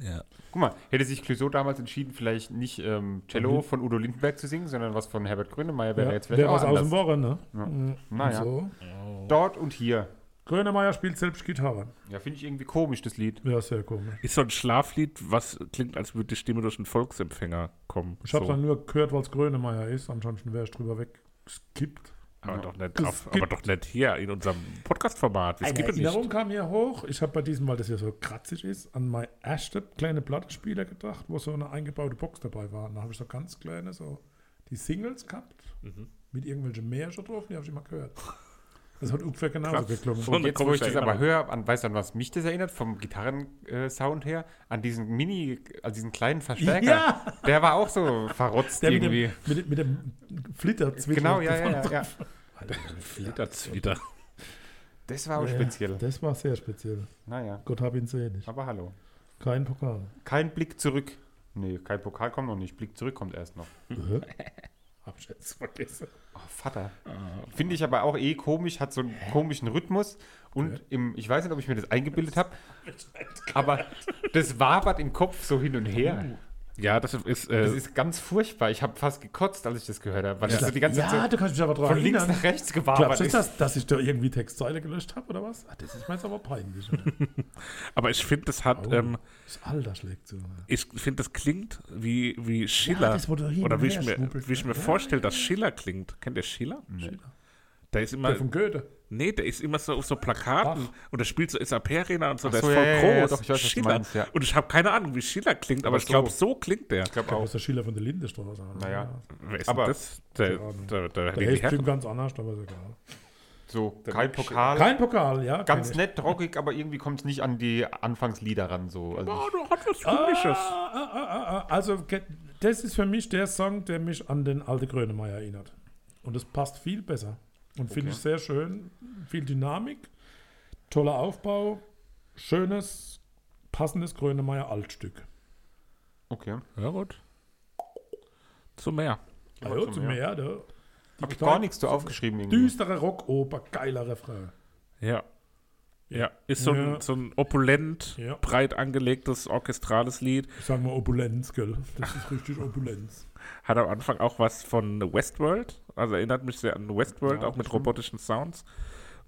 Speaker 1: ja.
Speaker 3: Guck mal, hätte sich Clüso damals entschieden, vielleicht nicht ähm, Cello von Udo Lindenberg zu singen, sondern was von Herbert Grönemeyer wäre
Speaker 2: Mhm. Ja,
Speaker 3: jetzt
Speaker 2: der
Speaker 3: vielleicht
Speaker 2: was
Speaker 3: auch
Speaker 2: aus
Speaker 3: anders.
Speaker 2: dem Woche, ne?
Speaker 3: Naja,
Speaker 2: So.
Speaker 3: dort und hier.
Speaker 2: Mhm. Grönemeyer spielt selbst Gitarre.
Speaker 3: Ja, finde ich irgendwie komisch, das Lied.
Speaker 2: Ja, sehr komisch.
Speaker 1: Ist so ein Schlaflied, was klingt, als würde die Stimme durch einen Volksempfänger kommen.
Speaker 2: Ich habe es
Speaker 1: so.
Speaker 2: dann nur gehört, weil es Grönemeyer ist. Ansonsten wäre ich drüber weggeskippt.
Speaker 1: aber, doch nicht
Speaker 2: Es
Speaker 1: auf,
Speaker 2: gibt-
Speaker 1: aber doch nicht hier in unserem Podcast-Format. Wir
Speaker 2: Eine
Speaker 1: skippen nicht.
Speaker 2: Erinnerung kam hier hoch. Ich habe bei diesem, weil das ja so kratzig ist, an meine erste kleine Plattenspieler gedacht, wo so eine eingebaute Box dabei war. Und da habe ich so ganz kleine, so die Singles gehabt,
Speaker 3: Mhm.
Speaker 2: mit irgendwelchen Märchen drauf, die habe ich immer gehört. Das hat ungefähr genauso
Speaker 1: Krass.
Speaker 2: geklungen.
Speaker 1: So eine
Speaker 3: Jetzt, wo
Speaker 1: komische
Speaker 3: ich das
Speaker 1: Erinnerung.
Speaker 3: aber höre, an, weißt du, an was mich das erinnert? Vom Gitarrensound her? An diesen Mini, an diesen kleinen Verstärker.
Speaker 2: Ja.
Speaker 3: Der war auch so verrotzt
Speaker 2: Der mit dem,
Speaker 3: irgendwie.
Speaker 2: mit, dem- mit dem Flitter zwischen.
Speaker 3: Genau, ja, ja, ja, ja.
Speaker 1: Flittert's wieder.
Speaker 3: Das war auch speziell.
Speaker 2: Das war sehr speziell.
Speaker 3: Naja,
Speaker 2: Gott hab ihn selig.
Speaker 3: aber hallo.
Speaker 2: Kein Pokal.
Speaker 3: Kein Blick zurück. Nee, kein Pokal kommt noch nicht. Blick zurück kommt erst noch.
Speaker 2: Hä? hab ich jetzt vergessen.
Speaker 3: Oh, Vater. Finde ich aber auch eh komisch, hat so einen komischen Rhythmus. Und im, ich weiß nicht, ob ich mir das eingebildet habe, aber das wabert im Kopf so hin und her.
Speaker 1: Ja, das ist. Äh,
Speaker 3: Das ist ganz furchtbar. Ich habe fast gekotzt, als ich das gehört habe, weil das so Also die ganze
Speaker 2: ja,
Speaker 3: Zeit
Speaker 2: du kannst mich aber
Speaker 3: so
Speaker 2: dran
Speaker 3: von links
Speaker 2: erinnern.
Speaker 3: nach rechts
Speaker 2: Glaubst
Speaker 3: gewabert
Speaker 2: du,
Speaker 3: ist.
Speaker 2: dass, dass ich da irgendwie Textzeile gelöscht habe oder was? Ah, das ist mir jetzt aber peinlich.
Speaker 3: <laughs>
Speaker 1: aber ich finde, das hat.
Speaker 2: Oh,
Speaker 1: Ähm,
Speaker 2: das Alter schlägt so.
Speaker 1: ich finde, das klingt wie, wie Schiller.
Speaker 2: das, wo du hin
Speaker 1: Oder
Speaker 2: und
Speaker 1: wie ich
Speaker 2: her
Speaker 1: mir,
Speaker 2: schwuppelst,
Speaker 1: wie ich
Speaker 2: ne?
Speaker 1: mir
Speaker 2: Ja,
Speaker 1: vorstelle, dass Schiller klingt. Kennt ihr Schiller? Nee. Der ist immer,
Speaker 2: Der von Goethe.
Speaker 1: nee, der ist immer so auf so Plakaten und der spielt so SAP Arena und so, der
Speaker 3: so,
Speaker 1: ist
Speaker 3: ja,
Speaker 1: voll
Speaker 3: ja,
Speaker 1: groß.
Speaker 3: ja, doch, ich weiß, was du
Speaker 1: Schiller.
Speaker 3: meinst, ja.
Speaker 1: Und ich habe keine Ahnung, wie Schiller klingt, aber,
Speaker 3: Aber
Speaker 1: ich glaube,
Speaker 3: so.
Speaker 1: so klingt der.
Speaker 3: Ich glaube
Speaker 2: Das
Speaker 3: auch.
Speaker 2: ist der Schiller von der Lindestraße. oder?
Speaker 3: Naja,
Speaker 1: Wer ist
Speaker 3: Aber-
Speaker 1: denn das? Der, der, der, der
Speaker 2: Der ist bestimmt ganz anders, aber ist egal.
Speaker 3: so kein Pokal.
Speaker 2: Kein Pokal, ja.
Speaker 3: ganz
Speaker 2: kenn ich.
Speaker 3: nett, rockig, aber irgendwie kommt es nicht an die Anfangslieder ran. So. Also,
Speaker 1: Oh, du hat was
Speaker 2: Ah, ah, ah, ah, also, ge- das ist für mich der Song, der mich an den alte Grönemeyer erinnert. Und das passt viel besser. Und finde ich sehr schön. Viel Dynamik, toller Aufbau, schönes, passendes Grönemeyer Altstück.
Speaker 3: okay.
Speaker 1: Ja, gut. Zu mehr.
Speaker 2: Ah, ja, zum Meer, da.
Speaker 3: Habe ich gar nichts so aufgeschrieben. Irgendwie.
Speaker 2: Düstere Rockoper, geiler Refrain.
Speaker 1: Ja. Ja, ist so,
Speaker 2: Ja.
Speaker 1: Ein, so ein opulent,
Speaker 2: Ja.
Speaker 1: breit angelegtes, orchestrales Lied.
Speaker 2: Ich sag mal Opulenz, gell? Das ist richtig Opulenz.
Speaker 1: Hat am Anfang auch was von Westworld. Also erinnert mich sehr an Westworld,
Speaker 3: Ja,
Speaker 1: auch mit robotischen Sounds.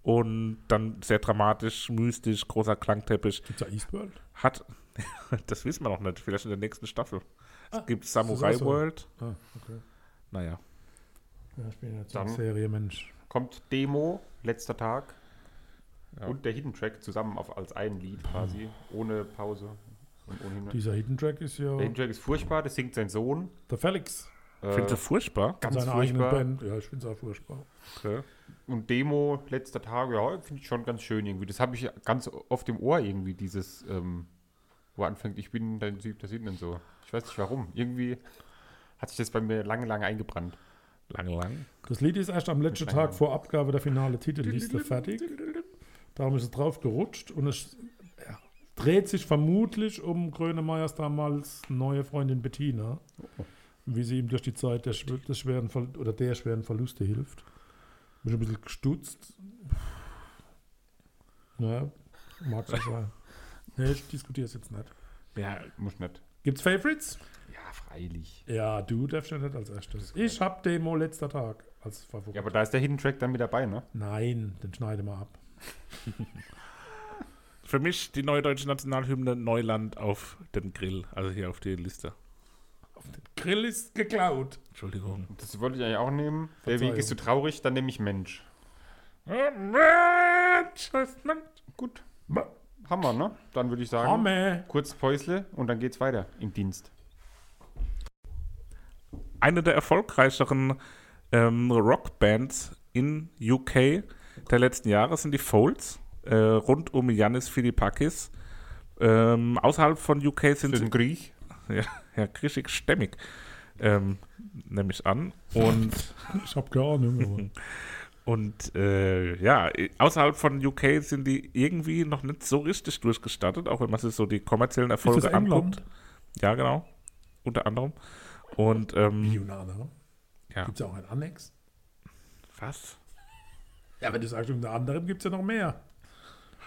Speaker 1: Und dann sehr dramatisch, mystisch, großer Klangteppich.
Speaker 2: Gibt's da Eastworld?
Speaker 1: Hat, <laughs> das wissen wir noch nicht, vielleicht in der nächsten Staffel.
Speaker 2: Ah,
Speaker 1: es gibt
Speaker 2: das
Speaker 1: Samurai
Speaker 2: ist auch so.
Speaker 1: World.
Speaker 2: Ah, okay.
Speaker 1: Naja,
Speaker 2: Ja, ich bin jetzt
Speaker 3: Dann-
Speaker 2: ein Serienmensch.
Speaker 3: Kommt Demo, letzter Tag.
Speaker 1: Ja.
Speaker 3: Und der Hidden Track zusammen auf, als ein Lied quasi, ohne Pause und ohne Hinweis.
Speaker 2: Dieser Hidden Track ist ja
Speaker 3: Der Hidden Track ist furchtbar, das singt sein Sohn.
Speaker 2: der Felix.
Speaker 3: Äh,
Speaker 1: finde ich furchtbar. Äh,
Speaker 3: ganz
Speaker 2: seiner eigenen
Speaker 3: furchtbar.
Speaker 2: Band. Ja, ich find's auch furchtbar.
Speaker 1: Okay.
Speaker 3: Und Demo, letzter Tag, ja, finde ich schon ganz schön irgendwie. Das habe ich ganz oft im Ohr irgendwie, dieses, ähm, wo anfängt, ich bin dein siebter Sinn und so. Ich weiß nicht warum. Irgendwie hat sich das bei mir lange, lange eingebrannt.
Speaker 1: Lang, lang.
Speaker 2: Das Lied ist erst am letzten Tag vor Abgabe der finale Titelliste fertig. Darum ist es drauf gerutscht und es ja, dreht sich vermutlich um Grönemeyers damals neue Freundin Bettina, wie sie ihm durch die Zeit der, schw- des schweren Ver oder der schweren Verluste hilft. Bin schon ein bisschen gestutzt. Naja, mag so sein. Nee, ich diskutiere es jetzt nicht.
Speaker 1: Ja,
Speaker 3: Muss nicht.
Speaker 2: Gibt's Favorites?
Speaker 3: Ja, freilich.
Speaker 2: Ja, du darfst ja nicht als erstes. Ich hab Demo letzter Tag als Favorit.
Speaker 3: Ja, aber da ist der Hidden Track dann mit dabei, ne?
Speaker 2: Nein, den schneide mal ab.
Speaker 1: Für mich die neue deutsche Nationalhymne Neuland auf den Grill, also hier auf die Liste.
Speaker 2: Grill ist geklaut.
Speaker 1: Entschuldigung.
Speaker 3: Das wollte ich eigentlich auch nehmen. Der
Speaker 2: Verzeihung.
Speaker 3: Weg ist so traurig, dann nehme ich Mensch.
Speaker 1: Mensch, ist Mensch.
Speaker 3: Gut. Hammer, ne? Dann würde ich sagen,
Speaker 2: Arme.
Speaker 3: kurz Päusle und dann geht's weiter im Dienst.
Speaker 1: Eine der erfolgreicheren ähm, Rockbands in UK der letzten Jahre sind die Folds, äh, rund um Yanis Filipakis. Ähm, außerhalb von UK sind sie
Speaker 3: Griech.
Speaker 1: <laughs> ja, ja, griechig stämmig, ähm, nehme ich an. Und
Speaker 2: Ich hab keine Ahnung. aber-
Speaker 1: Und äh, ja, i- außerhalb von UK sind die irgendwie noch nicht so richtig durchgestattet, auch wenn man sich so die kommerziellen Erfolge anguckt. Ja, genau. Unter anderem. Und ähm,
Speaker 2: Millionare.
Speaker 1: Ja.
Speaker 2: Gibt es ja auch ein Annex?
Speaker 1: was?
Speaker 2: Ja, wenn du sagst, unter anderem gibt es ja noch mehr.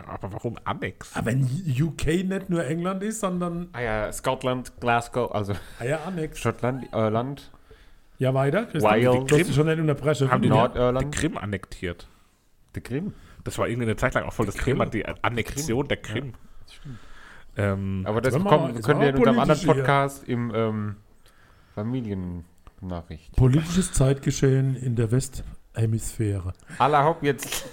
Speaker 1: Aber warum Annex?
Speaker 2: Aber wenn UK nicht nur England ist, sondern
Speaker 3: Ah ja, Scotland, Glasgow, also
Speaker 2: ah ja, Annex.
Speaker 3: Schottland, Irland,
Speaker 2: Ja, weiter. Christian.
Speaker 3: Wales.
Speaker 2: Du hast dich schon nicht unterbrechen.
Speaker 1: Haben die
Speaker 2: Ja.
Speaker 1: Die
Speaker 3: Nordirland,
Speaker 1: Krim annektiert.
Speaker 3: die Krim.
Speaker 1: Das war irgendeine Zeit lang auch voll das Thema, die Annexion der Krim. Ähm,
Speaker 3: Aber das
Speaker 2: Jetzt wollen wir mal-
Speaker 3: bekommen,
Speaker 2: jetzt
Speaker 3: können wir in
Speaker 2: wollen wir
Speaker 3: unserem anderen
Speaker 2: politisch hier.
Speaker 3: Podcast im ähm, Familiennachricht.
Speaker 2: Politisches Zeitgeschehen in der Westhemisphäre.
Speaker 3: Allerhaupt jetzt.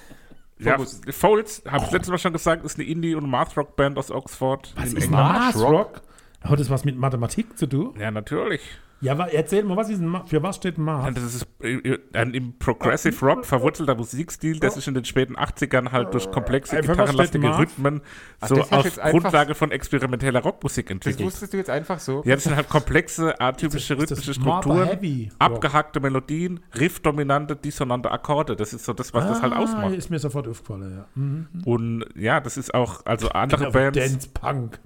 Speaker 1: ja,
Speaker 3: Fokus.
Speaker 1: Folds, habe ich letztes Mal schon gesagt, ist eine Indie- und Math-Rock-Band aus Oxford.
Speaker 2: Was
Speaker 1: in
Speaker 2: ist
Speaker 1: England.
Speaker 3: Mars Rock?
Speaker 2: Mars-Rock? Hat das was mit Mathematik zu tun?
Speaker 1: Ja, natürlich.
Speaker 2: Ja, wa- erzähl mal, was ist ein Ma für was steht
Speaker 1: Ja,
Speaker 2: Mars?
Speaker 1: Das ist äh, ein im Progressive Rock verwurzelter Musikstil, der sich in den späten 80ern halt durch komplexe,
Speaker 2: Einfach was steht
Speaker 1: gitarrenlastige
Speaker 2: Marv?
Speaker 1: Rhythmen
Speaker 3: Ach,
Speaker 1: so
Speaker 3: das war
Speaker 1: auf
Speaker 3: jetzt einfach-
Speaker 1: Grundlage von experimenteller Rockmusik
Speaker 3: Das
Speaker 1: entwickelt.
Speaker 3: wusstest du jetzt einfach so.
Speaker 1: Ja, das sind halt komplexe, atypische
Speaker 2: Ist das- ist
Speaker 1: rhythmische
Speaker 2: das Marble
Speaker 1: Strukturen,
Speaker 2: Heavy Rock?
Speaker 1: abgehackte Melodien, riffdominante, dissonante Akkorde. Das ist so das, was das halt
Speaker 2: Ah,
Speaker 1: ausmacht.
Speaker 2: Ist mir sofort aufgefallen, ja.
Speaker 1: Und ja, das ist auch, also <laughs> andere
Speaker 2: Genau,
Speaker 1: Bands.
Speaker 2: Dance Punk.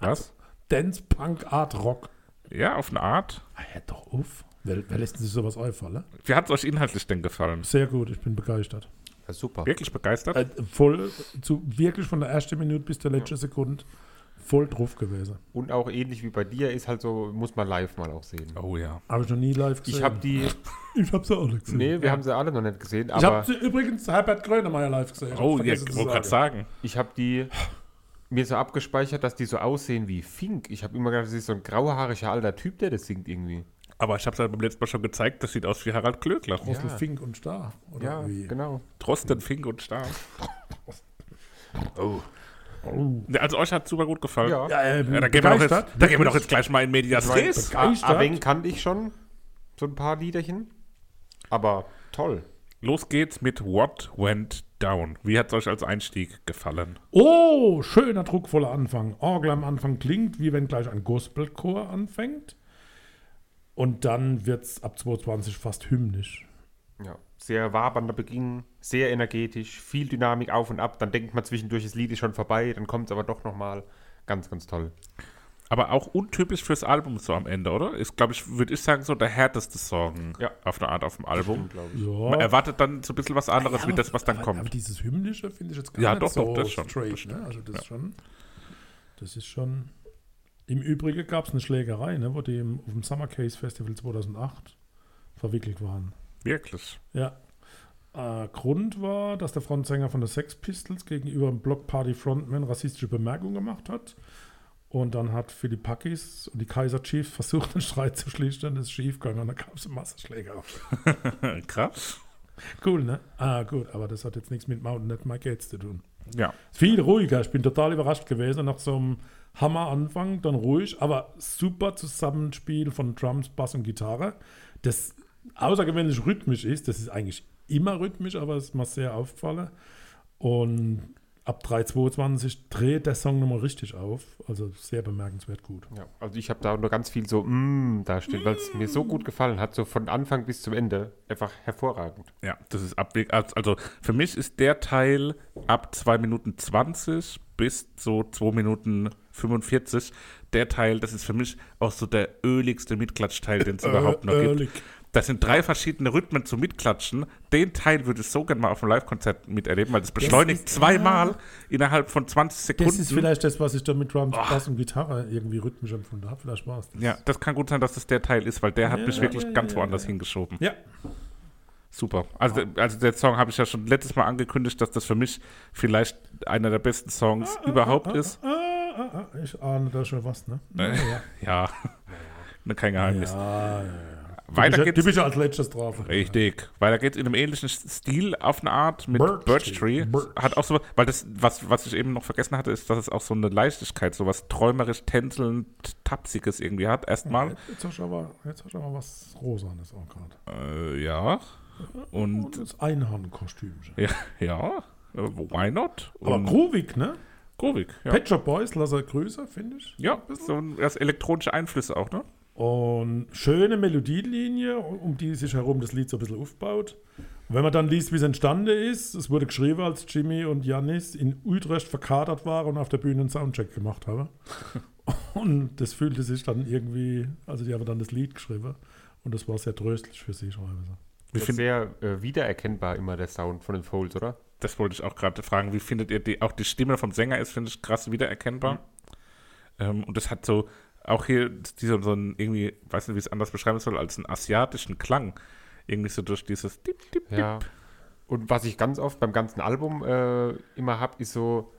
Speaker 1: Was?
Speaker 2: Dance Punk Art Rock.
Speaker 1: Ja, auf eine Art.
Speaker 2: Ah, ja, doch auf. Wer, wer lässt denn sich sowas einfallen? ne?
Speaker 1: Wie hat es euch inhaltlich denn gefallen?
Speaker 2: Sehr gut, ich bin begeistert.
Speaker 3: Ja, super.
Speaker 1: Wirklich begeistert?
Speaker 2: Äh, voll, zu, wirklich von der ersten Minute bis zur letzten Sekunde voll drauf gewesen.
Speaker 3: Und auch ähnlich wie bei dir ist halt so, muss man live mal auch sehen.
Speaker 1: Oh ja.
Speaker 2: Habe ich noch nie live gesehen.
Speaker 3: Ich habe die.
Speaker 2: ich hab sie auch nicht gesehen.
Speaker 3: Nee, wir haben sie alle noch nicht gesehen,
Speaker 2: ich habe
Speaker 3: aber
Speaker 2: sie übrigens Herbert Grönemeyer live gesehen. Ich
Speaker 1: Oh,
Speaker 2: hab
Speaker 1: ja,
Speaker 2: vergessen
Speaker 1: ich
Speaker 2: zu
Speaker 1: wollte gerade
Speaker 2: sagen.
Speaker 1: sagen.
Speaker 3: ich habe die mir so abgespeichert, dass die so aussehen wie Fink. Ich habe immer gedacht, das ist so ein grauhaariger alter Typ, der das singt irgendwie.
Speaker 1: Aber ich habe es halt beim letzten Mal schon gezeigt, das sieht aus wie Harald Klöckler.
Speaker 2: Russell
Speaker 3: Ja.
Speaker 2: Fink und Star. Oder wie?
Speaker 3: genau.
Speaker 1: Trosten, Fink und <laughs> Star.
Speaker 2: Oh.
Speaker 1: Ne, Also euch hat super gut gefallen.
Speaker 3: Ja.
Speaker 2: Ja, äh,
Speaker 1: Ja, da, gehen wir doch jetzt,
Speaker 2: begeistert.
Speaker 1: da gehen wir doch jetzt gleich mal in Medias Res.
Speaker 2: begeistert.
Speaker 3: A- Aveng ah, kannte ich schon. So ein paar Liederchen. Aber toll.
Speaker 1: Los geht's mit What Went Down. Wie hat es euch als Einstieg gefallen?
Speaker 2: Oh, schöner, druckvoller Anfang. Orgel am Anfang klingt, wie wenn gleich ein Gospelchor anfängt. Und dann wird es ab 22 fast hymnisch.
Speaker 3: Ja. Sehr wabernder Beginn, sehr energetisch, viel Dynamik auf und ab. Dann denkt man zwischendurch, das Lied ist schon vorbei, dann kommt es aber doch nochmal. Ganz, ganz toll.
Speaker 1: Aber auch untypisch fürs Album so am Ende, oder? Ist, glaube ich, würde ich sagen, so der härteste Song
Speaker 3: Ja.
Speaker 1: auf eine Art auf dem Album.
Speaker 2: Ja.
Speaker 1: Man erwartet dann so ein bisschen was anderes, wie das, was dann
Speaker 2: Ah, aber,
Speaker 1: kommt.
Speaker 2: Aber dieses hymnische finde ich jetzt gar
Speaker 1: Ja,
Speaker 2: nicht
Speaker 1: doch,
Speaker 2: so
Speaker 1: doch, das schon,
Speaker 2: straight.
Speaker 1: das stimmt.
Speaker 2: ne? Also das ist schon, das ist schon. Im Übrigen gab es eine Schlägerei, ne, wo die im, auf dem Summer Case Festival 2008 verwickelt waren.
Speaker 1: Wirklich. <laughs>
Speaker 2: Ja. Äh, Grund war, dass der Frontsänger von den Sex Pistols gegenüber dem Block Party Frontman rassistische Bemerkungen gemacht hat. Und dann hat Philipp Packis und die Kaiser Chiefs <laughs> versucht, den Streit zu schlichten. Das ist schiefgegangen und dann gab es einen Massenschläger.
Speaker 1: Krass.
Speaker 2: Cool, ne? Ah, gut, aber das hat jetzt nichts mit Mountain Net My Gates zu tun.
Speaker 1: Ja.
Speaker 2: Viel ruhiger. Ich bin total überrascht gewesen nach so einem Hammer-Anfang, dann ruhig, aber super Zusammenspiel von Drums, Bass und Gitarre, das außergewöhnlich rhythmisch ist. Das ist eigentlich immer rhythmisch, aber es ist mir sehr aufgefallen. Und ab 3.22 dreht der Song nochmal richtig auf. Also sehr bemerkenswert gut.
Speaker 3: Ja, also ich habe da nur ganz viel so mm da stehen, weil es mir so gut gefallen hat, so von Anfang bis zum Ende. Einfach hervorragend.
Speaker 1: Ja, das ist abweg. Also für mich ist der Teil ab 2 Minuten 20 bis so 2 Minuten 45 der Teil, das ist für mich auch so der öligste Mitklatschteil, den es
Speaker 2: Äh,
Speaker 1: überhaupt noch
Speaker 2: ölig.
Speaker 1: gibt. Das sind drei verschiedene Rhythmen zum Mitklatschen. Den Teil würde ich so gerne mal auf einem Live-Konzert miterleben, weil das beschleunigt
Speaker 2: ist-
Speaker 1: zweimal innerhalb von 20 Sekunden.
Speaker 2: Das ist vielleicht das, was ich da mit Drums, Bass und Gitarre irgendwie rhythmisch empfunden habe. Vielleicht war es das.
Speaker 1: Ah. ja, das kann gut sein, dass das der Teil ist, weil der hat
Speaker 2: Ja,
Speaker 1: mich wirklich
Speaker 2: ja,
Speaker 1: ganz
Speaker 2: ja,
Speaker 1: woanders hingeschoben.
Speaker 2: Ja,
Speaker 1: Super. Also, der- also der Song habe ich ja schon letztes Mal angekündigt, dass das für mich vielleicht einer der besten Songs überhaupt ist.
Speaker 2: Ah, ah, ah, ich ahne da schon was, ne?
Speaker 1: Äh, <laughs> ja. Ne, Kein Geheimnis.
Speaker 2: Ja, ja, ja.
Speaker 1: Weiter
Speaker 2: Du
Speaker 1: geht's.
Speaker 2: bist ja als letztes drauf.
Speaker 1: Richtig. Weiter geht's in einem ähnlichen Stil auf eine Art mit
Speaker 2: Birch
Speaker 1: Birch,
Speaker 2: Tree.
Speaker 1: Tree.
Speaker 2: Birch.
Speaker 1: Hat auch so, weil das, was, was ich eben noch vergessen hatte, ist, dass es auch so eine Leichtigkeit, so was träumerisch, tänzelnd, tapsiges irgendwie hat. Erstmal.
Speaker 2: Jetzt hast du aber, jetzt hast du aber was Rosanes auch gerade.
Speaker 1: Äh, ja.
Speaker 2: Und
Speaker 1: Und
Speaker 2: das Einhornkostüm.
Speaker 1: ja, ja. Äh, Why not?
Speaker 2: Aber
Speaker 1: Und
Speaker 2: groovig, ne?
Speaker 1: Kurvig, ja.
Speaker 2: Pet Shop Boys, Lasse Größer, finde ich.
Speaker 1: Ja, so ein- das elektronische Einflüsse auch, ne?
Speaker 2: Und schöne Melodielinie, um die sich herum das Lied so ein bisschen aufbaut. Und wenn man dann liest, wie es entstanden ist, es wurde geschrieben, als Jimmy und Janis in Utrecht verkadert waren und auf der Bühne einen Soundcheck gemacht haben. <laughs> und das fühlte sich dann irgendwie, also die haben dann das Lied geschrieben. Und das war sehr tröstlich für sie, schreibe ich. so.
Speaker 1: Wie
Speaker 3: Das ist
Speaker 1: find-
Speaker 3: sehr äh, wiedererkennbar immer der Sound von den Folds, oder?
Speaker 1: Das wollte ich auch gerade fragen. Wie findet ihr die? Auch die Stimme vom Sänger ist, finde ich, krass wiedererkennbar.
Speaker 3: Mhm.
Speaker 1: Ähm, und das hat so auch hier diese, so einen irgendwie, weiß nicht, wie ich es anders beschreiben soll, als einen asiatischen Klang. Irgendwie so durch dieses Dip, Dip, Dip.
Speaker 3: Ja. Und was ich ganz oft beim ganzen Album äh, immer habe, ist so,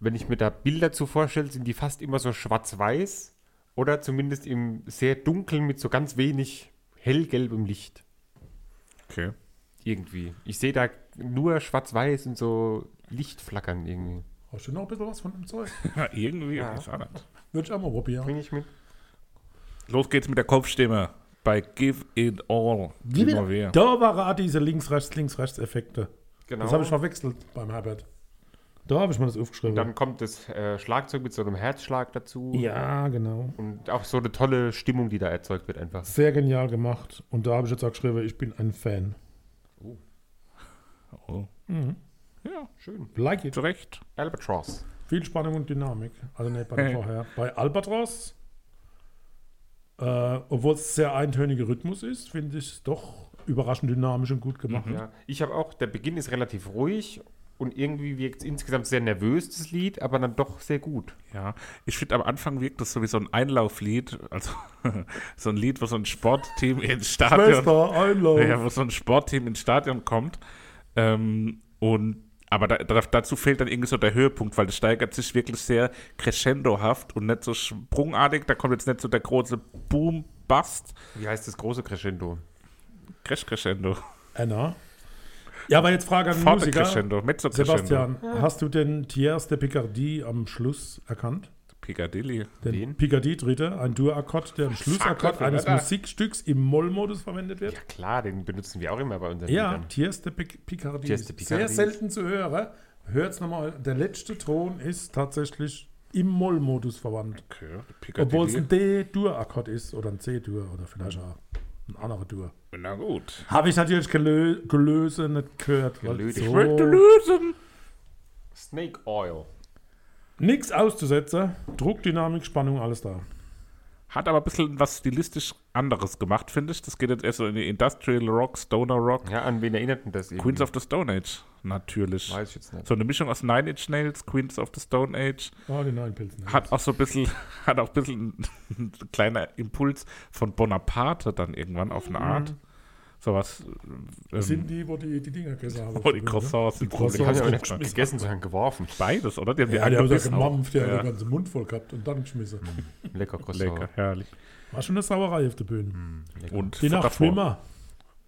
Speaker 3: wenn ich mir da Bilder zu vorstelle, sind die fast immer so schwarz-weiß oder zumindest im sehr dunkeln mit so ganz wenig hellgelbem Licht.
Speaker 1: Okay.
Speaker 3: Irgendwie. Ich sehe da nur schwarz-weiß und so Licht flackern irgendwie.
Speaker 2: Hast du noch ein bisschen was von dem Zeug?
Speaker 1: Ja, irgendwie.
Speaker 3: Ja.
Speaker 1: Ja.
Speaker 2: Würde ich auch mal probieren.
Speaker 3: Bring ich mit?
Speaker 1: Los geht's mit der Kopfstimme bei Give It All. Immer wir.
Speaker 2: Da war er auch diese Links-Rechts-Links-Rechts-Effekte.
Speaker 3: Genau.
Speaker 2: Das habe ich verwechselt beim Herbert. Da habe ich mir das aufgeschrieben.
Speaker 3: Dann kommt das äh, Schlagzeug mit so einem Herzschlag dazu.
Speaker 2: ja, genau.
Speaker 3: Und auch so eine tolle Stimmung, die da erzeugt wird einfach.
Speaker 2: Sehr genial gemacht. Und da habe ich jetzt auch geschrieben, ich bin ein Fan.
Speaker 1: Oh.
Speaker 3: Mhm.
Speaker 1: Ja,
Speaker 3: Schön.
Speaker 2: Like it.
Speaker 1: zu Recht.
Speaker 3: Albatross.
Speaker 2: Viel Spannung und Dynamik. Also nicht bei
Speaker 1: Hey. <laughs>
Speaker 2: dem vorher. Bei Albatros, äh, obwohl es sehr eintönige Rhythmus ist, finde ich es doch überraschend dynamisch und gut
Speaker 1: Mhm. Hm?
Speaker 2: gemacht.
Speaker 3: Ja, ich habe auch, der Beginn ist relativ ruhig und irgendwie wirkt es insgesamt sehr nervös, das Lied, aber dann doch sehr gut.
Speaker 1: Ja, ich finde, am Anfang wirkt das so wie so ein Einlauflied, also <laughs> so ein Lied, wo so ein Sportteam ins Stadion,
Speaker 2: Schwester, Einlauf.
Speaker 1: ja, wo so ein Sportteam ins Stadion kommt. Ähm, und aber da, da, dazu fehlt dann irgendwie so der Höhepunkt, weil das steigert sich wirklich sehr crescendohaft und nicht so sprungartig. Da kommt jetzt nicht so der große Boom, Bust,
Speaker 3: Wie heißt das große Crescendo?
Speaker 1: Crash Crescendo,
Speaker 2: Anna. Ja, aber jetzt Frage an den
Speaker 1: Forte
Speaker 2: Musiker.
Speaker 1: Crescendo, Mezzo Crescendo,
Speaker 2: Sebastian, hast du den Thiers de Picardie am Schluss erkannt?
Speaker 1: Piccadilly.
Speaker 2: Den
Speaker 3: Wen?
Speaker 2: Picardie-Dritte, ein Dur-Akkord, der im Schlussakkord
Speaker 1: Gott, wer
Speaker 2: eines
Speaker 1: da?
Speaker 2: Musikstücks im Moll-Modus verwendet wird.
Speaker 3: Ja klar, den benutzen wir auch immer bei unseren
Speaker 2: Ja,
Speaker 3: Liedern.
Speaker 2: Tiers de Pic- Picardie.
Speaker 3: Tiers de
Speaker 2: Sehr
Speaker 3: Picardie.
Speaker 2: selten zu hören. Hört's nochmal, der letzte Ton ist tatsächlich im Moll-Modus verwandt.
Speaker 1: Okay,
Speaker 2: Obwohl es
Speaker 1: Piccadilly.
Speaker 2: ein D-Dur-Akkord ist oder ein C-Dur oder vielleicht auch ein anderer Dur.
Speaker 1: Na gut.
Speaker 2: Habe ich natürlich gelö gelöse nicht gehört. weil
Speaker 3: Gelöse.
Speaker 1: Ich will
Speaker 2: So
Speaker 1: lösen.
Speaker 3: Snake Oil.
Speaker 2: Nichts auszusetzen. Druck, Dynamik, Spannung, alles da.
Speaker 1: Hat aber ein bisschen was stilistisch anderes gemacht, finde ich. Das geht jetzt erst so in die Industrial Rock, Stoner Rock,
Speaker 3: Ja, an wen erinnert denn das irgendwie?
Speaker 1: Queens of the Stone Age, natürlich.
Speaker 3: Weiß ich jetzt nicht.
Speaker 1: So eine Mischung aus Nine Inch Nails, Queens of the Stone Age.
Speaker 2: Oh, die neuen Pilzen.
Speaker 1: Hat auch so ein
Speaker 3: <laughs>
Speaker 1: bisschen, hat auch ein bisschen ein kleiner Impuls von Bonaparte dann irgendwann auf eine Art.
Speaker 3: Mhm.
Speaker 1: Sowas. Ähm, <laughs>
Speaker 2: sind die, wo die, die Dinger gegessen haben.
Speaker 1: oh, die Croissants. Die
Speaker 2: Croissants.
Speaker 3: Die haben
Speaker 1: Croissants.
Speaker 3: ja auch nicht
Speaker 1: Croissants.
Speaker 3: gegessen, sondern geworfen.
Speaker 1: Beides, oder? Die haben die
Speaker 2: Ja, der hat ja
Speaker 1: angebissen.
Speaker 2: gemampft, der
Speaker 1: Ja.
Speaker 2: hat den ganzen Mund voll gehabt und dann geschmissen.
Speaker 3: Lecker Croissant.
Speaker 1: Lecker, herrlich.
Speaker 2: War schon eine Sauerei auf der Bühne.
Speaker 1: Und
Speaker 2: Die Nacht
Speaker 1: davor-
Speaker 2: schwimmer.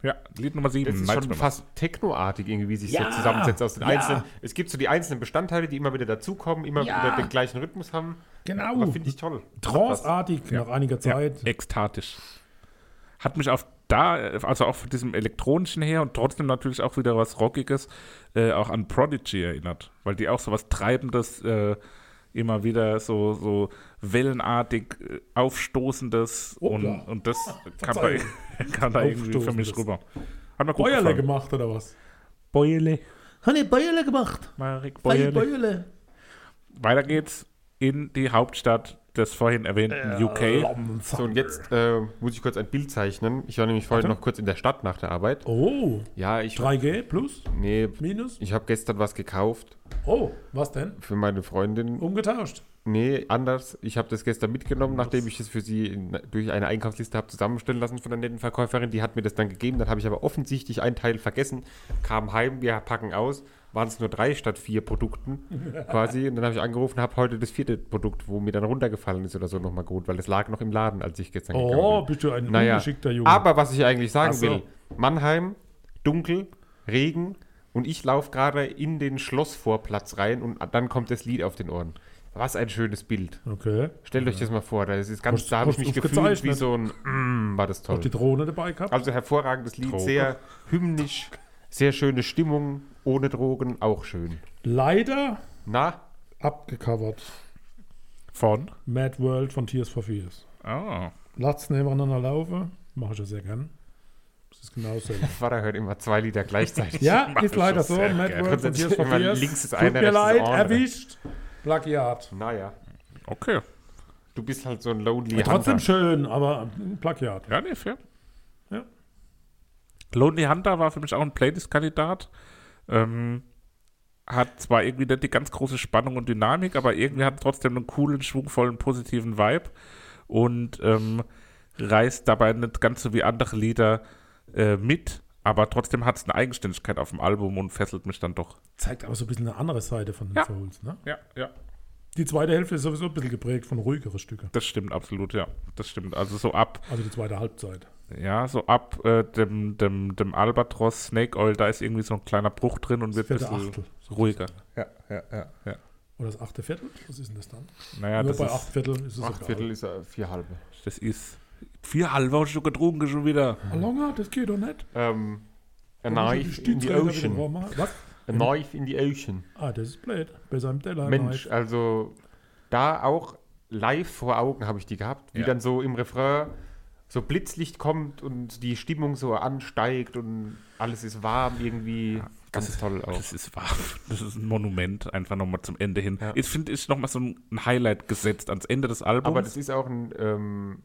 Speaker 1: Ja, Lied Nummer 7.
Speaker 3: Das ist schon fast technoartig irgendwie, wie sich so zusammensetzt aus den einzelnen. Es gibt so die einzelnen Bestandteile, die immer wieder dazukommen, immer wieder den gleichen Rhythmus haben.
Speaker 2: Genau.
Speaker 1: Oh,
Speaker 3: Aber finde ich toll.
Speaker 2: Tranceartig nach einiger Zeit.
Speaker 1: Ja, ekstatisch. Hat mich auf da, also auch von diesem elektronischen her und trotzdem natürlich auch wieder was Rockiges, äh, auch an Prodigy erinnert, weil die auch so was Treibendes, äh, immer wieder so, so wellenartig äh, Aufstoßendes und,
Speaker 2: Hoppla. Ah,
Speaker 1: und das kam da, <laughs> kam da irgendwie für mich
Speaker 2: Aufstoßendes.
Speaker 1: rüber. Hat mir gut
Speaker 2: Bäuerle
Speaker 1: gefallen.
Speaker 2: gemacht oder was?
Speaker 1: Bäuerle.
Speaker 2: Hat ich Bäuerle gemacht.
Speaker 1: Marek
Speaker 2: Bäuerle.
Speaker 1: Bäuerle. Weiter geht's in die Hauptstadt des vorhin erwähnten UK.
Speaker 3: So, und jetzt äh, muss ich kurz ein Bild zeichnen. Ich war nämlich vorhin noch kurz in der Stadt nach der Arbeit.
Speaker 2: Oh,
Speaker 3: Ja, ich.
Speaker 2: 3G plus,
Speaker 3: Nee,
Speaker 2: minus.
Speaker 3: ich habe gestern was gekauft
Speaker 2: Oh, was denn?
Speaker 3: für meine
Speaker 2: Oh.
Speaker 3: Freundin.
Speaker 2: Umgetauscht.
Speaker 3: Nee, anders. Ich habe das gestern mitgenommen, nachdem ich es für sie in, durch eine Einkaufsliste habe zusammenstellen lassen von der netten Verkäuferin. Die hat mir das dann gegeben. Dann habe ich aber offensichtlich einen Teil vergessen, kam heim, wir packen aus. Waren es nur drei statt
Speaker 2: <laughs>
Speaker 3: vier Produkten quasi. Und dann habe ich angerufen, habe heute das vierte Produkt, wo mir dann runtergefallen ist oder so, nochmal geholt, weil es lag noch im Laden, als ich gestern
Speaker 2: Oh,
Speaker 3: gegangen
Speaker 2: bist du ein
Speaker 3: bin. Naja,
Speaker 2: ungeschickter Junge.
Speaker 3: aber was ich eigentlich sagen
Speaker 2: Ach so.
Speaker 3: will, Mannheim, dunkel, Regen und ich laufe gerade in den Schlossvorplatz rein und dann kommt das Lied auf den Ohren. Was ein schönes Bild.
Speaker 2: okay.
Speaker 3: Stellt euch das mal vor, da, ist es ganz,
Speaker 2: Hast-
Speaker 3: da habe ich
Speaker 2: hast
Speaker 3: mich
Speaker 2: du's
Speaker 3: gefühlt wie
Speaker 2: gezeichnet?
Speaker 3: so ein mm, war das
Speaker 2: Auch
Speaker 3: toll.
Speaker 2: ne? die Drohne dabei gehabt?
Speaker 3: Also hervorragendes Lied,
Speaker 1: Drogen.
Speaker 3: sehr hymnisch, sehr schöne Stimmung, ohne Drogen, auch schön.
Speaker 2: Leider
Speaker 3: Na,
Speaker 2: abgecovert.
Speaker 1: Von?
Speaker 2: Mad World von Tears for Fears.
Speaker 1: Oh.
Speaker 2: Lasst nebeneinander laufen. Mache ich ja sehr gern. Das ist genau so.
Speaker 3: Vater hört immer zwei Lieder gleichzeitig.
Speaker 2: Ja,
Speaker 1: Mach
Speaker 2: ist
Speaker 1: ich
Speaker 2: leider
Speaker 1: schon
Speaker 2: so.
Speaker 1: sehr
Speaker 2: Mad
Speaker 1: gern.
Speaker 2: World von Tears for
Speaker 3: Immer
Speaker 2: Fears.
Speaker 3: links ist
Speaker 2: Tut
Speaker 3: einer,
Speaker 2: mir
Speaker 3: rechts ist
Speaker 2: leid,
Speaker 3: der andere.
Speaker 2: erwischt. Plagiat.
Speaker 3: Naja,
Speaker 1: Okay.
Speaker 3: du bist halt so ein lonely
Speaker 2: Trotzdem
Speaker 3: Hunter.
Speaker 2: schön, aber ein Plagiat.
Speaker 1: Ja, nee, fair.
Speaker 2: Ja.
Speaker 1: Lonely Hunter war für mich auch ein Playlist-Kandidat. Ähm, hat zwar irgendwie nicht die ganz große Spannung und Dynamik, aber irgendwie hat trotzdem einen coolen, schwungvollen, positiven Vibe und ähm, reißt dabei nicht ganz so wie andere Lieder äh, mit, Aber trotzdem hat es eine Eigenständigkeit auf dem Album und fesselt mich dann doch.
Speaker 2: Zeigt aber so ein bisschen eine andere Seite von den
Speaker 1: Ja.
Speaker 2: Souls. Ne?
Speaker 1: Ja, ja.
Speaker 2: Die zweite Hälfte ist sowieso ein bisschen geprägt von ruhigeren Stücken.
Speaker 1: Das stimmt absolut, ja. Das stimmt. Also so ab,
Speaker 2: Also die zweite Halbzeit.
Speaker 1: ja, so ab äh, dem, dem, dem Albatros Snake Oil, da ist irgendwie so ein kleiner Bruch drin und
Speaker 2: Das
Speaker 1: wird ein
Speaker 2: vierte
Speaker 1: bisschen
Speaker 2: Achtel. sozusagen.
Speaker 1: ruhiger. Ja, ja, ja, ja.
Speaker 2: Oder das achte Viertel? Was ist denn das dann?
Speaker 1: Naja,
Speaker 2: Nur
Speaker 1: das
Speaker 2: bei
Speaker 1: ist,
Speaker 2: acht Viertel ist es
Speaker 3: Acht
Speaker 2: egal.
Speaker 3: Viertel ist äh, vier halbe.
Speaker 1: das ist vier halbe schon getrunken schon wieder.
Speaker 2: Ah, Longer, das geht doch nicht.
Speaker 3: Ähm, a
Speaker 2: Da muss ich
Speaker 3: knife
Speaker 2: die
Speaker 3: in the
Speaker 2: Stützräder wieder
Speaker 3: ocean.
Speaker 2: warm machen. Was?
Speaker 3: A knife in the ocean.
Speaker 2: Ah, das ist blöd. Bei seinem Teller.
Speaker 3: Mensch, also da auch live vor Augen habe ich die gehabt, wie
Speaker 1: Ja.
Speaker 3: dann so im Refrain so Blitzlicht kommt und die Stimmung so ansteigt und alles ist warm irgendwie. ganz toll auch.
Speaker 1: Oh. Das ist wahr. <laughs> Das ist ein Monument, einfach nochmal zum Ende hin.
Speaker 3: Ja.
Speaker 1: Ich finde, ist nochmal so ein ein Highlight gesetzt ans Ende des Albums.
Speaker 3: Aber das ist auch ein ähm,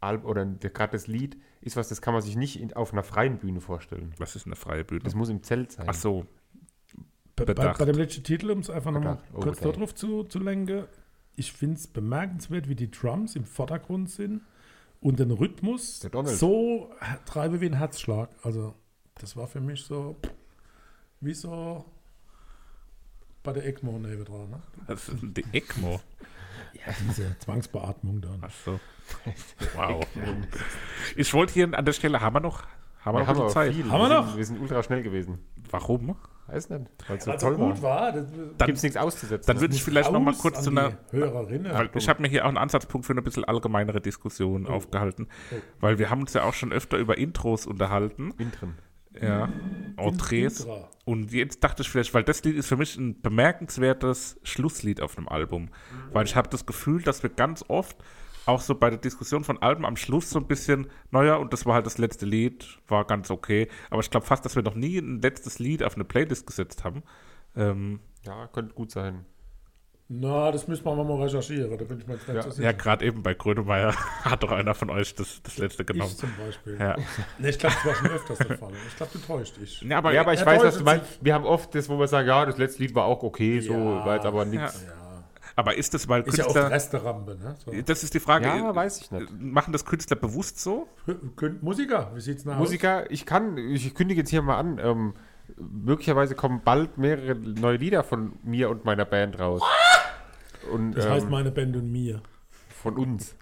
Speaker 3: Album oder ein- gerade das Lied ist was, das kann man sich nicht in, auf einer freien Bühne vorstellen.
Speaker 1: Was ist eine freie Bühne?
Speaker 3: Das muss im Zelt sein.
Speaker 1: Ach so,
Speaker 2: bei, bei,
Speaker 1: bedacht. Oh,
Speaker 2: bei dem letzten Titel, um es einfach nochmal
Speaker 3: Bedacht.
Speaker 2: kurz
Speaker 3: Okay.
Speaker 2: darauf zu, zu lenken, ich finde es bemerkenswert, wie die Drums im Vordergrund sind und den Rhythmus
Speaker 3: Der Donald.
Speaker 2: so treibe wie ein Herzschlag. Also, das war für mich so wie so bei der ECMO neben dran. Ne?
Speaker 1: das ist die ECMO.
Speaker 2: Diese <laughs> Zwangsbeatmung dann.
Speaker 1: Ach <laughs> so. Wow. Ich wollte hier an der Stelle, haben wir noch, haben wir noch ein
Speaker 3: Wir haben
Speaker 1: bisschen
Speaker 3: aber
Speaker 1: Zeit?
Speaker 3: viel.
Speaker 2: Haben wir
Speaker 3: wir
Speaker 2: noch?
Speaker 3: Sind, wir sind ultra schnell gewesen.
Speaker 1: Warum?
Speaker 3: Weiß nicht. Weil es so
Speaker 2: Weil
Speaker 3: toll war. war.
Speaker 2: Also das,
Speaker 1: Dann-
Speaker 3: Gibt es nichts auszusetzen.
Speaker 1: Dann würde ich vielleicht noch mal
Speaker 2: Raus
Speaker 1: kurz
Speaker 2: an
Speaker 1: zu
Speaker 2: die
Speaker 1: einer, Halt.
Speaker 2: Hörerinnen.
Speaker 1: weil ich habe mir hier auch einen Ansatzpunkt für eine bisschen allgemeinere Diskussion
Speaker 2: Oh.
Speaker 1: aufgehalten, weil wir haben uns ja auch schon öfter über Intros unterhalten,
Speaker 3: Intren.
Speaker 1: ja, Entrees.
Speaker 2: Intra.
Speaker 1: Und jetzt dachte ich vielleicht, weil das Lied ist für mich ein bemerkenswertes Schlusslied auf einem Album. Weil ich habe das Gefühl, dass wir ganz oft auch so bei der Diskussion von Alben am Schluss so ein bisschen, naja, und das war halt das letzte Lied, war ganz okay. Aber ich glaube fast, dass wir noch nie ein letztes Lied auf eine Playlist gesetzt haben. Ähm,
Speaker 3: Ja, könnte gut sein.
Speaker 2: Na, das müssen wir mal recherchieren. Da bin ich mir jetzt nicht
Speaker 3: Ja,
Speaker 2: so sicher.
Speaker 1: ja, gerade eben bei Grönemeyer <laughs> hat doch einer von euch das, das letzte genommen.
Speaker 2: Ich zum Beispiel.
Speaker 1: genau. Ja.
Speaker 2: Nee, ich glaube, das war schon öfters der Fall. Ich glaube, du täuscht dich.
Speaker 1: Ja, aber,
Speaker 3: ja, aber ich
Speaker 2: er
Speaker 3: weiß, was
Speaker 2: täuscht
Speaker 3: du meinst. Wir haben oft das, wo wir sagen, ja, das letzte Lied war auch okay, so,
Speaker 2: Ja.
Speaker 3: war jetzt aber nichts.
Speaker 2: Ja.
Speaker 1: aber ist das, weil
Speaker 2: Ist ja auch
Speaker 1: Künstler.
Speaker 2: Resterampe, ne? So.
Speaker 1: das ist die Frage.
Speaker 3: Ja, weiß ich nicht.
Speaker 1: Machen das Künstler bewusst so?
Speaker 2: Könnt- Musiker, wie sieht's nach?
Speaker 3: Musiker, ich kann, ich kündige jetzt hier mal an, ähm, möglicherweise kommen bald mehrere neue Lieder von mir und meiner Band raus. Und
Speaker 2: Das heißt
Speaker 3: ähm,
Speaker 2: meine Band und mir.
Speaker 3: von uns.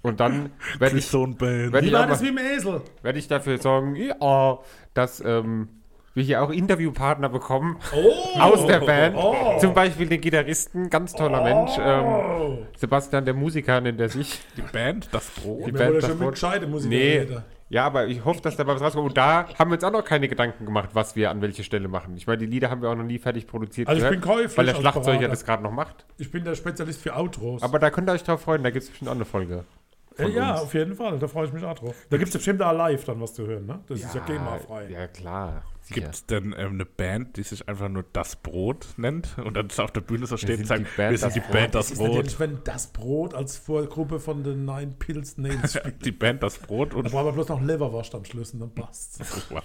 Speaker 3: Und dann werde ich, werd
Speaker 2: Wie
Speaker 3: ich,
Speaker 2: war
Speaker 3: auch
Speaker 2: das
Speaker 3: mal-
Speaker 2: wie im Esel?
Speaker 3: werd ich dafür sorgen, ja, dass ähm, wir hier auch Interviewpartner bekommen
Speaker 2: Oh!
Speaker 3: aus der Band.
Speaker 2: Oh.
Speaker 3: Zum Beispiel den Gitarristen, ganz toller Mensch. Ähm, Sebastian, der Musiker, nennt er sich.
Speaker 1: Die Band, das Brot.
Speaker 2: Wir
Speaker 3: Die Band
Speaker 2: wollen
Speaker 3: das
Speaker 2: Oh, schon mit
Speaker 3: Wort-
Speaker 2: gescheiten Musiker
Speaker 3: Nee.
Speaker 2: reden.
Speaker 3: Ja, aber ich hoffe, dass da mal was rauskommt. Und da haben wir uns auch noch keine Gedanken gemacht, was wir an welche Stelle machen. Ich meine, die Lieder haben wir auch noch nie fertig produziert.
Speaker 2: Also ich
Speaker 3: gehört,
Speaker 2: bin käuflich
Speaker 3: Weil der
Speaker 2: als
Speaker 3: Schlagzeuger
Speaker 2: Berater.
Speaker 3: das gerade noch macht.
Speaker 2: Ich bin der Spezialist für Outros.
Speaker 3: Aber da könnt ihr euch drauf freuen. Da gibt es bestimmt auch eine Folge.
Speaker 2: äh, ja,
Speaker 3: uns.
Speaker 2: auf jeden Fall. Da freue ich mich auch drauf. Da gibt es bestimmt auch live dann was zu hören, ne? Das ist ja
Speaker 3: Ah,
Speaker 2: GEMA-frei.
Speaker 3: ja klar.
Speaker 1: Gibt es denn ähm, eine Band, die sich einfach nur Das Brot nennt und dann auf der Bühne so steht und
Speaker 3: sind
Speaker 1: sagt,
Speaker 3: die Band
Speaker 1: wir sind
Speaker 3: Das
Speaker 1: die
Speaker 3: Brot."
Speaker 1: Band
Speaker 2: Das
Speaker 1: Das
Speaker 2: ist
Speaker 1: Brot,
Speaker 2: natürlich, wenn das Brot als Vorgruppe von den Nine Pills <laughs> Nails spielt.
Speaker 1: die Band Das Brot
Speaker 2: Da
Speaker 1: und
Speaker 2: brauchen wir bloß noch Leverwurst am Schluss und dann passt's.
Speaker 1: wow.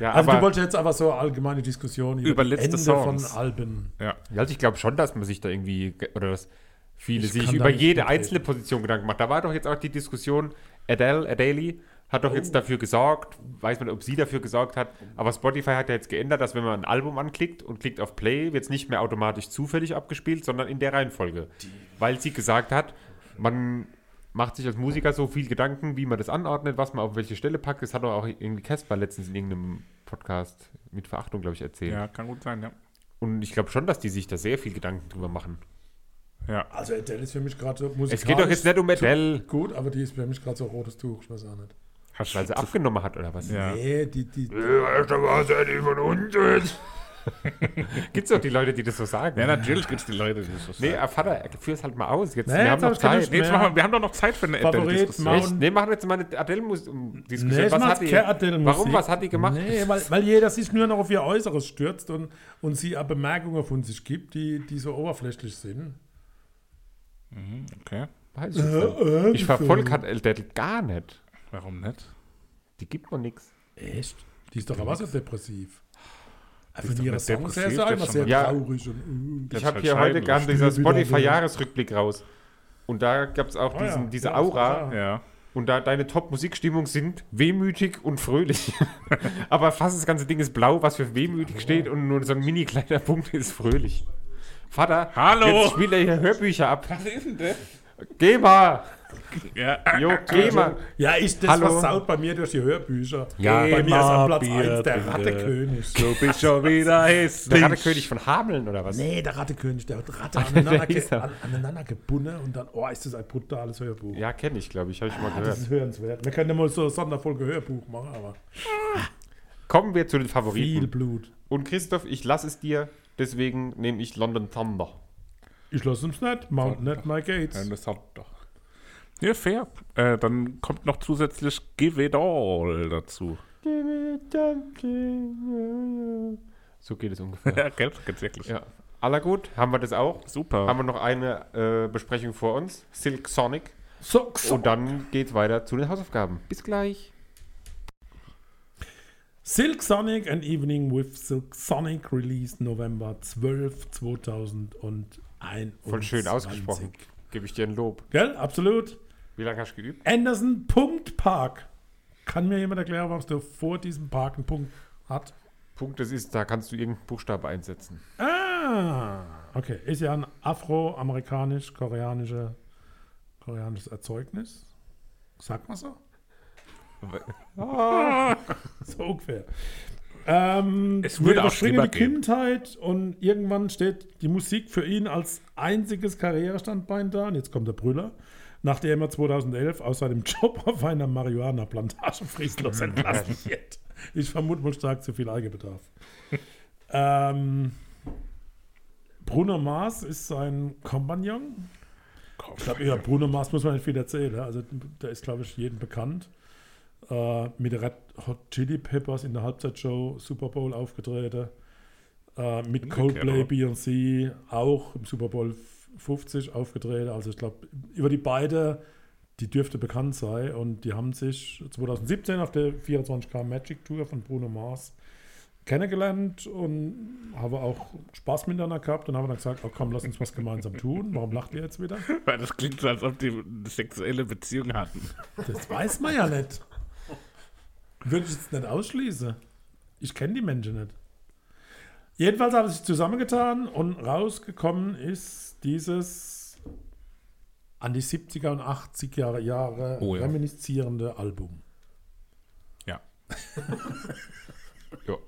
Speaker 3: Ja,
Speaker 2: Also du
Speaker 3: aber
Speaker 2: wolltest jetzt einfach so allgemeine Diskussion über,
Speaker 1: Über
Speaker 2: die
Speaker 1: letzte
Speaker 2: Ende
Speaker 1: Songs.
Speaker 2: von Alben.
Speaker 1: ja.
Speaker 3: also ich glaube schon, dass man sich da irgendwie, ge- oder dass viele
Speaker 2: Ich
Speaker 3: sich
Speaker 2: kann da
Speaker 3: über
Speaker 2: nicht
Speaker 3: jede
Speaker 2: mitreden.
Speaker 3: einzelne Position Gedanken macht. Da war doch jetzt auch die Diskussion, Adele, Adele hat doch
Speaker 2: Oh.
Speaker 3: jetzt dafür gesorgt, weiß man, ob sie dafür gesorgt hat, aber Spotify hat ja jetzt geändert, dass wenn man ein Album anklickt und klickt auf Play, wird es nicht mehr automatisch zufällig abgespielt, sondern in der Reihenfolge. Weil sie gesagt hat, man macht sich als Musiker so viel Gedanken, wie man das anordnet, was man auf welche Stelle packt. Das hat doch auch irgendwie Casper letztens in irgendeinem Podcast mit Verachtung, glaube ich, erzählt.
Speaker 1: ja, kann gut sein, ja.
Speaker 3: Und ich glaube schon, dass die sich da sehr viel Gedanken drüber machen.
Speaker 1: ja.
Speaker 2: Also Adele ist für mich gerade so musikalisch
Speaker 3: Es geht doch jetzt nicht um Adele,
Speaker 2: gut, aber die ist für mich gerade so ein rotes Tuch, ich weiß auch nicht.
Speaker 1: Hast
Speaker 3: weil sie abgenommen hat, oder was?
Speaker 1: ja.
Speaker 2: Nee, die, die,
Speaker 3: <laughs> Gibt's doch die Leute, die das so sagen.
Speaker 1: ja, natürlich gibt es die Leute, die so
Speaker 3: nee,
Speaker 1: sagen.
Speaker 3: äh, Vater, führ's halt mal aus. Jetzt,
Speaker 2: Nee,
Speaker 3: wir
Speaker 2: jetzt
Speaker 3: haben
Speaker 2: hab
Speaker 3: noch
Speaker 2: ich keine
Speaker 3: Zeit.
Speaker 1: Nee, jetzt machen wir, wir haben doch noch Zeit für eine
Speaker 2: Favorit,
Speaker 1: Adele-Diskussion.
Speaker 2: Mount-
Speaker 3: Echt? Nee, machen wir jetzt mal eine Adele-Diskussion.
Speaker 2: nee, ich
Speaker 3: was
Speaker 2: mach
Speaker 3: hat
Speaker 2: jetzt
Speaker 3: die?
Speaker 2: keine Adele-Musik.
Speaker 3: Warum, was hat die gemacht?
Speaker 2: Nee, weil, weil jeder sich nur noch auf ihr Äußeres stürzt und, und sie auch Bemerkungen von sich gibt, die, die so oberflächlich sind.
Speaker 1: Okay,
Speaker 3: Weiß ich nicht.
Speaker 2: Äh,
Speaker 3: ich verfolge hat Adele gar nicht.
Speaker 1: warum nicht?
Speaker 3: Die gibt mir nichts.
Speaker 2: Echt? Die ist doch aber so depressiv.
Speaker 1: ist
Speaker 2: Von
Speaker 1: doch
Speaker 2: ihrer
Speaker 1: nicht
Speaker 2: Songs
Speaker 1: depressiv,
Speaker 2: her ist sie auch
Speaker 1: das
Speaker 2: immer
Speaker 1: ist
Speaker 2: sehr
Speaker 1: schon
Speaker 3: mal-
Speaker 2: traurig und...
Speaker 3: Ich
Speaker 1: ist
Speaker 3: habe
Speaker 1: halt
Speaker 3: hier heute
Speaker 1: scheidenlos.
Speaker 3: kam dieser
Speaker 2: Spiele wieder so.
Speaker 3: Spotify-Jahresrückblick raus. Und da gab's auch
Speaker 2: Ah ja,
Speaker 3: diesen, diese
Speaker 2: ja, das
Speaker 3: Aura,
Speaker 2: war-
Speaker 1: Ja,
Speaker 3: Und da deine Top-Musikstimmung sind wehmütig und fröhlich. <laughs> Aber fast das ganze Ding ist blau, was für wehmütig steht und nur so ein mini kleiner Punkt ist fröhlich. Vater,
Speaker 1: Hallo!
Speaker 3: jetzt spielt er hier Hörbücher ab.
Speaker 1: Was ist denn das?
Speaker 3: Geh mal!
Speaker 1: Ja, äh,
Speaker 3: Jo, geh mal!
Speaker 2: Ja, ist das
Speaker 3: Hallo.
Speaker 2: was saut bei mir durch die Hörbücher.
Speaker 3: Ja.
Speaker 2: bei mir ist am Platz
Speaker 1: Bier,
Speaker 2: 1 der
Speaker 1: bitte.
Speaker 2: Rattekönig.
Speaker 1: du bist schon wieder hässlich.
Speaker 3: Der Rattekönig von Hameln oder was?
Speaker 2: Nee, der Rattekönig, der hat Ratte aneinander, ge
Speaker 3: hieß er.
Speaker 2: an, aneinander gebunden und dann, oh, ist das ein brutales Hörbuch.
Speaker 3: Ja, kenne ich, glaube ich. Habe ich schon mal
Speaker 2: Das
Speaker 3: gehört.
Speaker 2: ist hörenswert. Wir können ja mal so eine Sonderfolge Hörbuch machen, aber
Speaker 3: Kommen wir zu den
Speaker 2: viel
Speaker 3: Favoriten.
Speaker 2: Blut.
Speaker 3: Und Christoph, ich lasse es dir, deswegen nehme ich London Thunder.
Speaker 2: Ich lasse uns nicht, Mount not my
Speaker 1: Ja,
Speaker 2: gates.
Speaker 1: das hat doch. Ja, fair. Äh, dann kommt noch zusätzlich Give It All dazu.
Speaker 3: So geht es ungefähr.
Speaker 2: <laughs>
Speaker 1: Ja, gell? Ganz wirklich.
Speaker 3: Ja. Aller gut, haben wir das auch.
Speaker 1: Super.
Speaker 3: Haben wir noch eine äh, Besprechung vor uns. Silk Sonic.
Speaker 2: So,
Speaker 3: Und dann geht's weiter zu den Hausaufgaben. Bis gleich.
Speaker 2: Silk Sonic, An Evening with Silk Sonic, released November 12, 2021.
Speaker 3: Voll schön ausgesprochen. Gebe ich dir ein Lob.
Speaker 2: Gell, absolut.
Speaker 3: Wie lange hast du geübt?
Speaker 2: Anderson Punkt Park. Kann mir jemand erklären, warum es der vor diesem Park einen Punkt hat?
Speaker 3: Punkt, das ist, da kannst du irgendeinen Buchstabe einsetzen.
Speaker 2: Ah, okay. Ist ja ein afroamerikanisch-koreanische koreanisches Erzeugnis. Sagt man so? <laughs> So ungefähr. Ähm,
Speaker 1: Es würde
Speaker 2: wir
Speaker 1: auch
Speaker 2: überspringen
Speaker 1: schlimmer
Speaker 2: die Kindheit und irgendwann steht die Musik für ihn als einziges Karrierestandbein da. Und jetzt kommt der Brüller. Nachdem er 2011 aus seinem Job <laughs> auf einer Marihuana-Plantage fristlos
Speaker 1: Mhm.
Speaker 2: entlassen wird. Ich vermute wohl stark zu viel Eigenbedarf. ähm, Bruno Mars ist sein Kompagnon. Ich glaube, ja, Bruno Mars muss man nicht viel erzählen. ne? Also, der ist, glaube ich, jedem bekannt. Äh, mit Red Hot Chili Peppers in der Halbzeitshow Super Bowl aufgetreten. Äh, mit Coldplay,
Speaker 1: oder?
Speaker 2: Beyoncé auch im Super Bowl 50 aufgetreten. Also, ich glaube, über die beiden, die dürfte bekannt sein. Und die haben sich 2017 auf der 24K Magic Tour von Bruno Mars kennengelernt und haben auch Spaß miteinander gehabt und haben dann gesagt, oh komm, lass uns was gemeinsam tun. Warum lacht ihr jetzt wieder?
Speaker 1: Weil das klingt so, als ob die eine sexuelle Beziehung hatten.
Speaker 2: Das weiß man ja nicht. Würde ich jetzt nicht ausschließen. Ich kenne die Menschen nicht. Jedenfalls haben sie sich zusammengetan und rausgekommen ist dieses an die 70er und 80er Jahre, Jahre
Speaker 1: Oh ja.
Speaker 2: reminiszierende Album.
Speaker 1: Ja.
Speaker 3: Jo.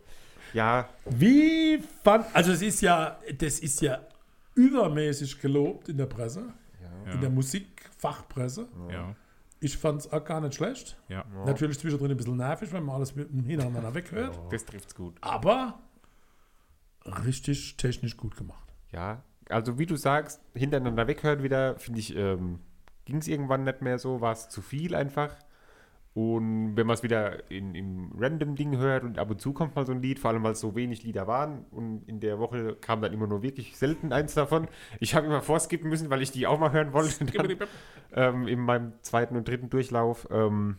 Speaker 3: Ja,
Speaker 2: Wie fand. Also es ist ja, das ist ja übermäßig gelobt in der Presse, in der Musikfachpresse.
Speaker 1: Ja.
Speaker 2: Ich fand es auch gar nicht schlecht.
Speaker 1: Ja.
Speaker 2: Natürlich zwischendrin ein bisschen nervig, wenn man alles mit- hintereinander weghört.
Speaker 3: das trifft's gut.
Speaker 2: aber richtig technisch gut gemacht.
Speaker 3: Ja, also wie du sagst, hintereinander weghören wieder, finde ich, ähm, ging es irgendwann nicht mehr so, war es zu viel einfach. Und wenn man es wieder in, im Random-Ding hört und ab und zu kommt mal so ein Lied, vor allem weil es so wenig Lieder waren und in der Woche kam dann immer nur wirklich selten eins davon. Ich habe immer vorskippen müssen, weil ich die auch mal hören wollte. Dann, ähm, in meinem zweiten und dritten Durchlauf. Ähm,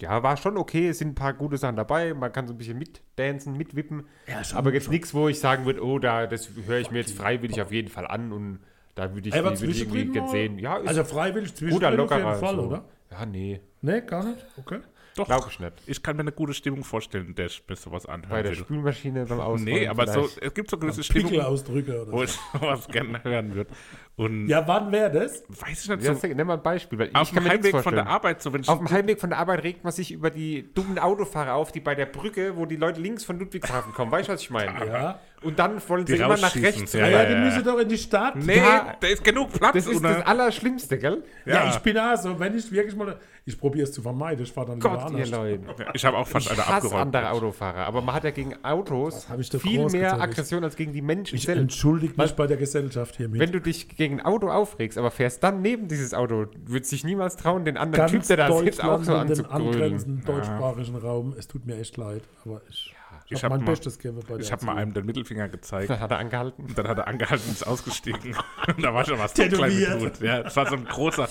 Speaker 3: ja, war schon okay, es sind ein paar gute Sachen dabei, man kann so ein bisschen mitdancen, mitwippen.
Speaker 2: Ja, schon,
Speaker 3: aber jetzt nichts, wo ich sagen würde, oh, da, das höre ich mir jetzt freiwillig auf jeden Fall an und da würde ich,
Speaker 2: Ey,
Speaker 3: die-
Speaker 2: aber
Speaker 3: würde ich irgendwie
Speaker 2: zwischendrin
Speaker 3: gern
Speaker 2: mal-
Speaker 3: sehen. Ja, ist
Speaker 2: Also freiwillig
Speaker 3: ein
Speaker 2: zwischen
Speaker 3: guter Lockerer. also.
Speaker 2: Fall,
Speaker 3: so.
Speaker 2: oder?
Speaker 3: Ja, nee,
Speaker 2: Nee, gar nicht. Okay.
Speaker 1: Doch.
Speaker 3: glaube ich nicht.
Speaker 1: Ich kann mir eine gute Stimmung vorstellen, der ich mir sowas anhören
Speaker 3: Bei der
Speaker 1: will.
Speaker 3: Spülmaschine beim Ausrollen
Speaker 1: Also- Nee, aber so,
Speaker 3: vielleicht.
Speaker 1: es gibt so gewisse Stimmungen,
Speaker 2: Pickelausdrücke oder
Speaker 1: wo ich <laughs>
Speaker 2: so.
Speaker 1: sowas gerne hören würde. Und
Speaker 2: Ja, wann wäre das?
Speaker 1: weiß ich nicht,
Speaker 3: Ja,
Speaker 1: so
Speaker 3: sag- nenn mal ein Beispiel, weil
Speaker 1: auf
Speaker 3: ich kann
Speaker 1: dem
Speaker 3: mir nichts
Speaker 1: Heimweg von
Speaker 3: vorstellen.
Speaker 1: der Arbeit, so wenn ich
Speaker 3: Auf dem Heimweg von der Arbeit regt man sich über die dummen Autofahrer auf, die bei der Brücke, wo die Leute links von Ludwigshafen kommen. Weißt du, was ich meine?
Speaker 2: <laughs> Ja.
Speaker 3: Und dann wollen
Speaker 1: Die
Speaker 3: sie immer nach
Speaker 1: rausschießen.
Speaker 3: rechts.
Speaker 1: Ja,
Speaker 2: Ja,
Speaker 3: rennen.
Speaker 2: ja, die müssen doch in die Stadt.
Speaker 1: Nee,
Speaker 3: Ja.
Speaker 1: da ist genug Platz.
Speaker 3: Das ist
Speaker 1: oder?
Speaker 3: das Allerschlimmste, gell?
Speaker 2: Ja,
Speaker 1: ja.
Speaker 2: ich bin auch so, wenn ich wirklich mal. Ich probiere es zu vermeiden, ich fahre dann lieber
Speaker 3: Gott, ihr Leute.
Speaker 1: Ja, ich habe auch fast
Speaker 3: Ich
Speaker 1: eine
Speaker 3: hasse
Speaker 1: abgeräumt.
Speaker 3: andere Autofahrer, aber man hat ja gegen Autos
Speaker 2: hab ich doch
Speaker 3: viel
Speaker 2: groß
Speaker 3: mehr
Speaker 2: gezeigt.
Speaker 3: Aggression als gegen die Menschen
Speaker 2: Ich
Speaker 3: selbst.
Speaker 2: entschuldige mich bei der Gesellschaft hiermit.
Speaker 3: Wenn du dich gegen ein Auto aufregst, aber fährst dann neben dieses Auto, würdest dich niemals trauen, den anderen Typ, der da sitzt, auch so
Speaker 2: und den
Speaker 3: anzugrölen.
Speaker 2: angrenzenden deutschsprachigen Raum, es tut mir echt leid, aber ich.
Speaker 3: Ja.
Speaker 1: Ich
Speaker 2: hab
Speaker 1: habe
Speaker 2: mein
Speaker 1: mal,
Speaker 2: Bestes gegeben bei der
Speaker 1: ich hab mal einem den Mittelfinger gezeigt.
Speaker 3: Dann hat er angehalten.
Speaker 1: Und dann hat er angehalten und ist ausgestiegen. Und da war schon was dunkler mit
Speaker 2: Tätowiert.
Speaker 1: Blut. Ja, das war so ein großer.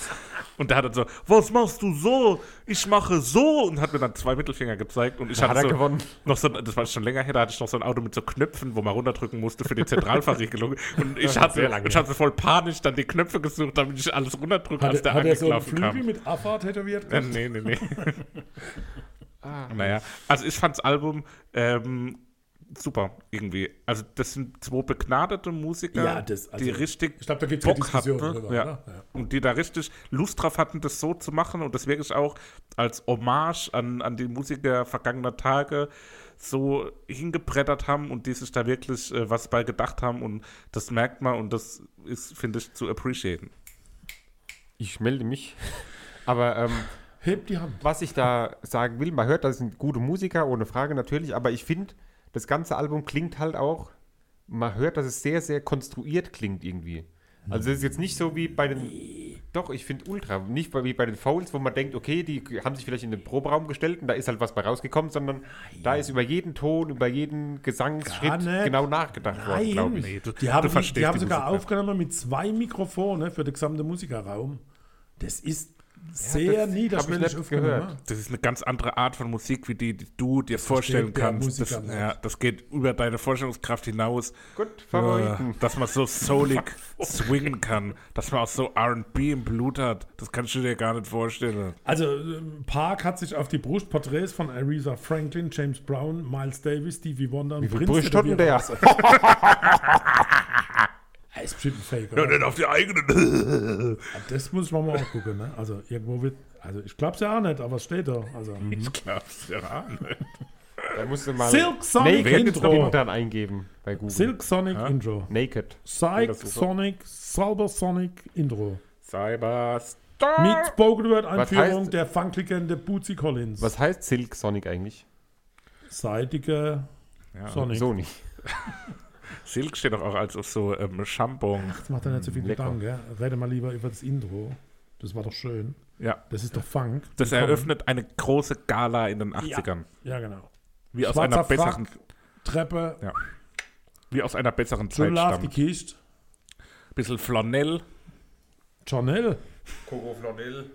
Speaker 1: Und da hat er so, was machst du so? Ich mache so. Und hat mir dann zwei Mittelfinger gezeigt. Und ich
Speaker 3: Hat
Speaker 1: hatte
Speaker 3: er
Speaker 1: so,
Speaker 3: gewonnen.
Speaker 1: Noch so, das war schon länger her, da hatte ich noch so ein Auto mit so Knöpfen, wo man runterdrücken musste für die Zentralverriegelung. Und ich
Speaker 3: ist
Speaker 1: hatte,
Speaker 3: sehr lange
Speaker 1: ich
Speaker 3: her.
Speaker 1: hatte voll panisch dann die Knöpfe gesucht, damit ich alles runterdrücke, als
Speaker 2: Hat,
Speaker 1: der
Speaker 2: hat er so einen
Speaker 1: angelaufen
Speaker 2: Flügel
Speaker 1: kam.
Speaker 2: mit Affa tätowiert?
Speaker 1: Äh, nee, nee, nee. Naja, also ich fand's Album ähm, super irgendwie. Also das sind zwei begnadete Musiker,
Speaker 2: Ja, das- also
Speaker 1: die richtig
Speaker 2: Ich glaube, da gibt es eine
Speaker 1: Bock hatten
Speaker 2: Diskussion
Speaker 1: ne?
Speaker 2: drüber.
Speaker 1: ja.
Speaker 2: oder? Ja.
Speaker 1: und die da richtig Lust drauf hatten, das so zu machen und das wirklich auch als Hommage an, an die Musiker vergangener Tage so hingebrettert haben und die sich da wirklich äh, was bei gedacht haben und das merkt man und das ist, finde ich, zu appreciaten.
Speaker 3: Ich melde mich. <laughs> Aber ähm,
Speaker 2: Hebt die Hand.
Speaker 3: was ich da sagen will, man hört, das sind gute Musiker, ohne Frage natürlich, aber ich finde, das ganze Album klingt halt auch, man hört, dass es sehr, sehr konstruiert klingt irgendwie. Also es ist jetzt nicht so wie bei den, doch, ich finde Ultra, nicht bei- wie bei den Fouls, wo man denkt, okay, die haben sich vielleicht in den Proberaum gestellt und da ist halt was bei rausgekommen, sondern da ist über jeden Ton, über jeden Gesangsschritt
Speaker 2: nicht.
Speaker 3: genau nachgedacht worden, glaube ich.
Speaker 1: Nee, du-
Speaker 2: die haben,
Speaker 1: du
Speaker 2: die,
Speaker 1: verstehst
Speaker 2: die haben
Speaker 1: die
Speaker 2: sogar
Speaker 1: Musik nicht.
Speaker 2: aufgenommen mit zwei Mikrofonen für den gesamten Musikerraum. Das ist sehr
Speaker 3: das hab ich
Speaker 2: niederschwellig
Speaker 3: nicht
Speaker 2: aufgenommen.
Speaker 3: gehört.
Speaker 1: Das ist eine ganz andere Art von Musik, wie die, die du dir vorstellen
Speaker 2: versteht der
Speaker 1: kannst. Das,
Speaker 2: Musiker nicht.
Speaker 1: ja, das geht über deine Vorstellungskraft hinaus.
Speaker 3: Gut,
Speaker 1: Äh,
Speaker 3: Favoriten.
Speaker 1: dass man so soulig swingen kann, dass man auch so RB im Blut hat, das kannst du dir gar nicht vorstellen.
Speaker 2: Also ähm, Park hat sich auf die Brust Porträts von Aretha Franklin, James Brown, Miles Davis, Stevie Wonder und
Speaker 3: Wie viel
Speaker 2: Prince
Speaker 3: Brüste hat denn
Speaker 2: tätowiert.
Speaker 3: der? <laughs> Oh,
Speaker 2: Ah, Ist bestimmt ein Fake,
Speaker 1: Ja,
Speaker 2: oder?
Speaker 1: nicht auf die eigenen.
Speaker 2: Das muss man mal angucken, ne? Also irgendwo wird, also ich glaub's ja auch nicht, aber es steht da.
Speaker 1: <laughs>
Speaker 2: Also,
Speaker 1: Ich glaub's ja auch nicht.
Speaker 3: Da musst du mal
Speaker 2: Silk Sonic
Speaker 3: Naked
Speaker 2: Intro.
Speaker 3: Intro dann eingeben bei Google.
Speaker 2: Silk Sonic Intro.
Speaker 3: Naked.
Speaker 2: Psych
Speaker 1: das ist so.
Speaker 2: Sonic, Cyber Sonic Intro.
Speaker 1: Cyberstar.
Speaker 2: Mit Spoken Word Einführung
Speaker 3: heißt-
Speaker 2: der Funklegende Bootsy Collins.
Speaker 3: Was heißt Silk Sonic eigentlich?
Speaker 2: Seitige
Speaker 1: Ja.
Speaker 2: Sonic.
Speaker 3: So nicht.
Speaker 1: Silk steht doch auch als auf so ähm, Shampoo.
Speaker 2: Das macht er nicht so viel
Speaker 3: Lecker.
Speaker 2: Gedanken, gell? Rede mal lieber über das Intro. Das war doch schön.
Speaker 1: Ja.
Speaker 2: Das ist doch Funk.
Speaker 1: Das
Speaker 2: Willkommen.
Speaker 1: eröffnet eine große Gala in den 80ern.
Speaker 2: Ja, genau.
Speaker 1: Wie, aus
Speaker 2: Schwarzer
Speaker 1: einer besseren,
Speaker 2: Frack, Treppe,
Speaker 1: Ja. wie aus einer besseren Zeit
Speaker 2: Jim auf die
Speaker 1: stammt.
Speaker 2: Kiste.
Speaker 1: Bisschen Flanell.
Speaker 2: Chanel.
Speaker 3: Coco Flanell.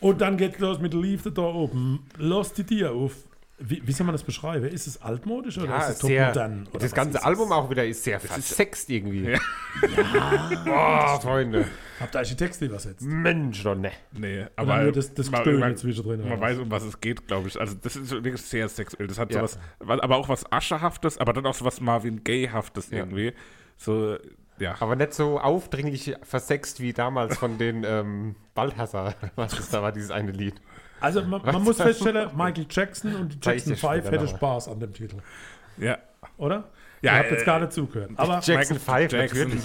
Speaker 2: Und dann geht's los mit Leave the Door Open. Lass die Tür auf. Wie, wie soll man das beschreiben? Ist es altmodisch oder
Speaker 3: Ja,
Speaker 2: ist es
Speaker 3: sehr,
Speaker 2: topmodern? Oder
Speaker 3: das
Speaker 2: was
Speaker 3: ganze
Speaker 2: ist es?
Speaker 3: Album auch wieder ist sehr versext irgendwie. Ja. <laughs> Boah, Freunde.
Speaker 2: Habt ihr eigentlich die Texte übersetzt?
Speaker 3: Mensch, doch ne.
Speaker 1: Nee,
Speaker 2: dann
Speaker 1: aber
Speaker 2: wird das- das Gestöhne zwischendrin
Speaker 1: Man
Speaker 2: raus.
Speaker 1: weiß, um was es geht, glaube ich. Also das ist wirklich sehr sexuell. Das hat
Speaker 3: Ja.
Speaker 1: sowas, wa- aber auch was Ascherhaftes, aber dann auch sowas Marvin Gaye-haftes irgendwie. So, ja.
Speaker 3: Aber nicht so aufdringlich versext wie damals von den ähm, Balthasar. <laughs> Was ist da war dieses eine Lied?
Speaker 2: Also man, man muss feststellen, Michael Jackson und die
Speaker 3: Zeig ich
Speaker 2: Jackson
Speaker 3: dir
Speaker 2: 5
Speaker 3: später
Speaker 2: hätte
Speaker 3: nochmal.
Speaker 2: Spaß an dem Titel,
Speaker 1: ja.
Speaker 2: oder?
Speaker 1: Ja,
Speaker 2: Ihr habt
Speaker 1: äh,
Speaker 2: jetzt gar nicht zugehört. Aber
Speaker 3: Jackson 5 natürlich.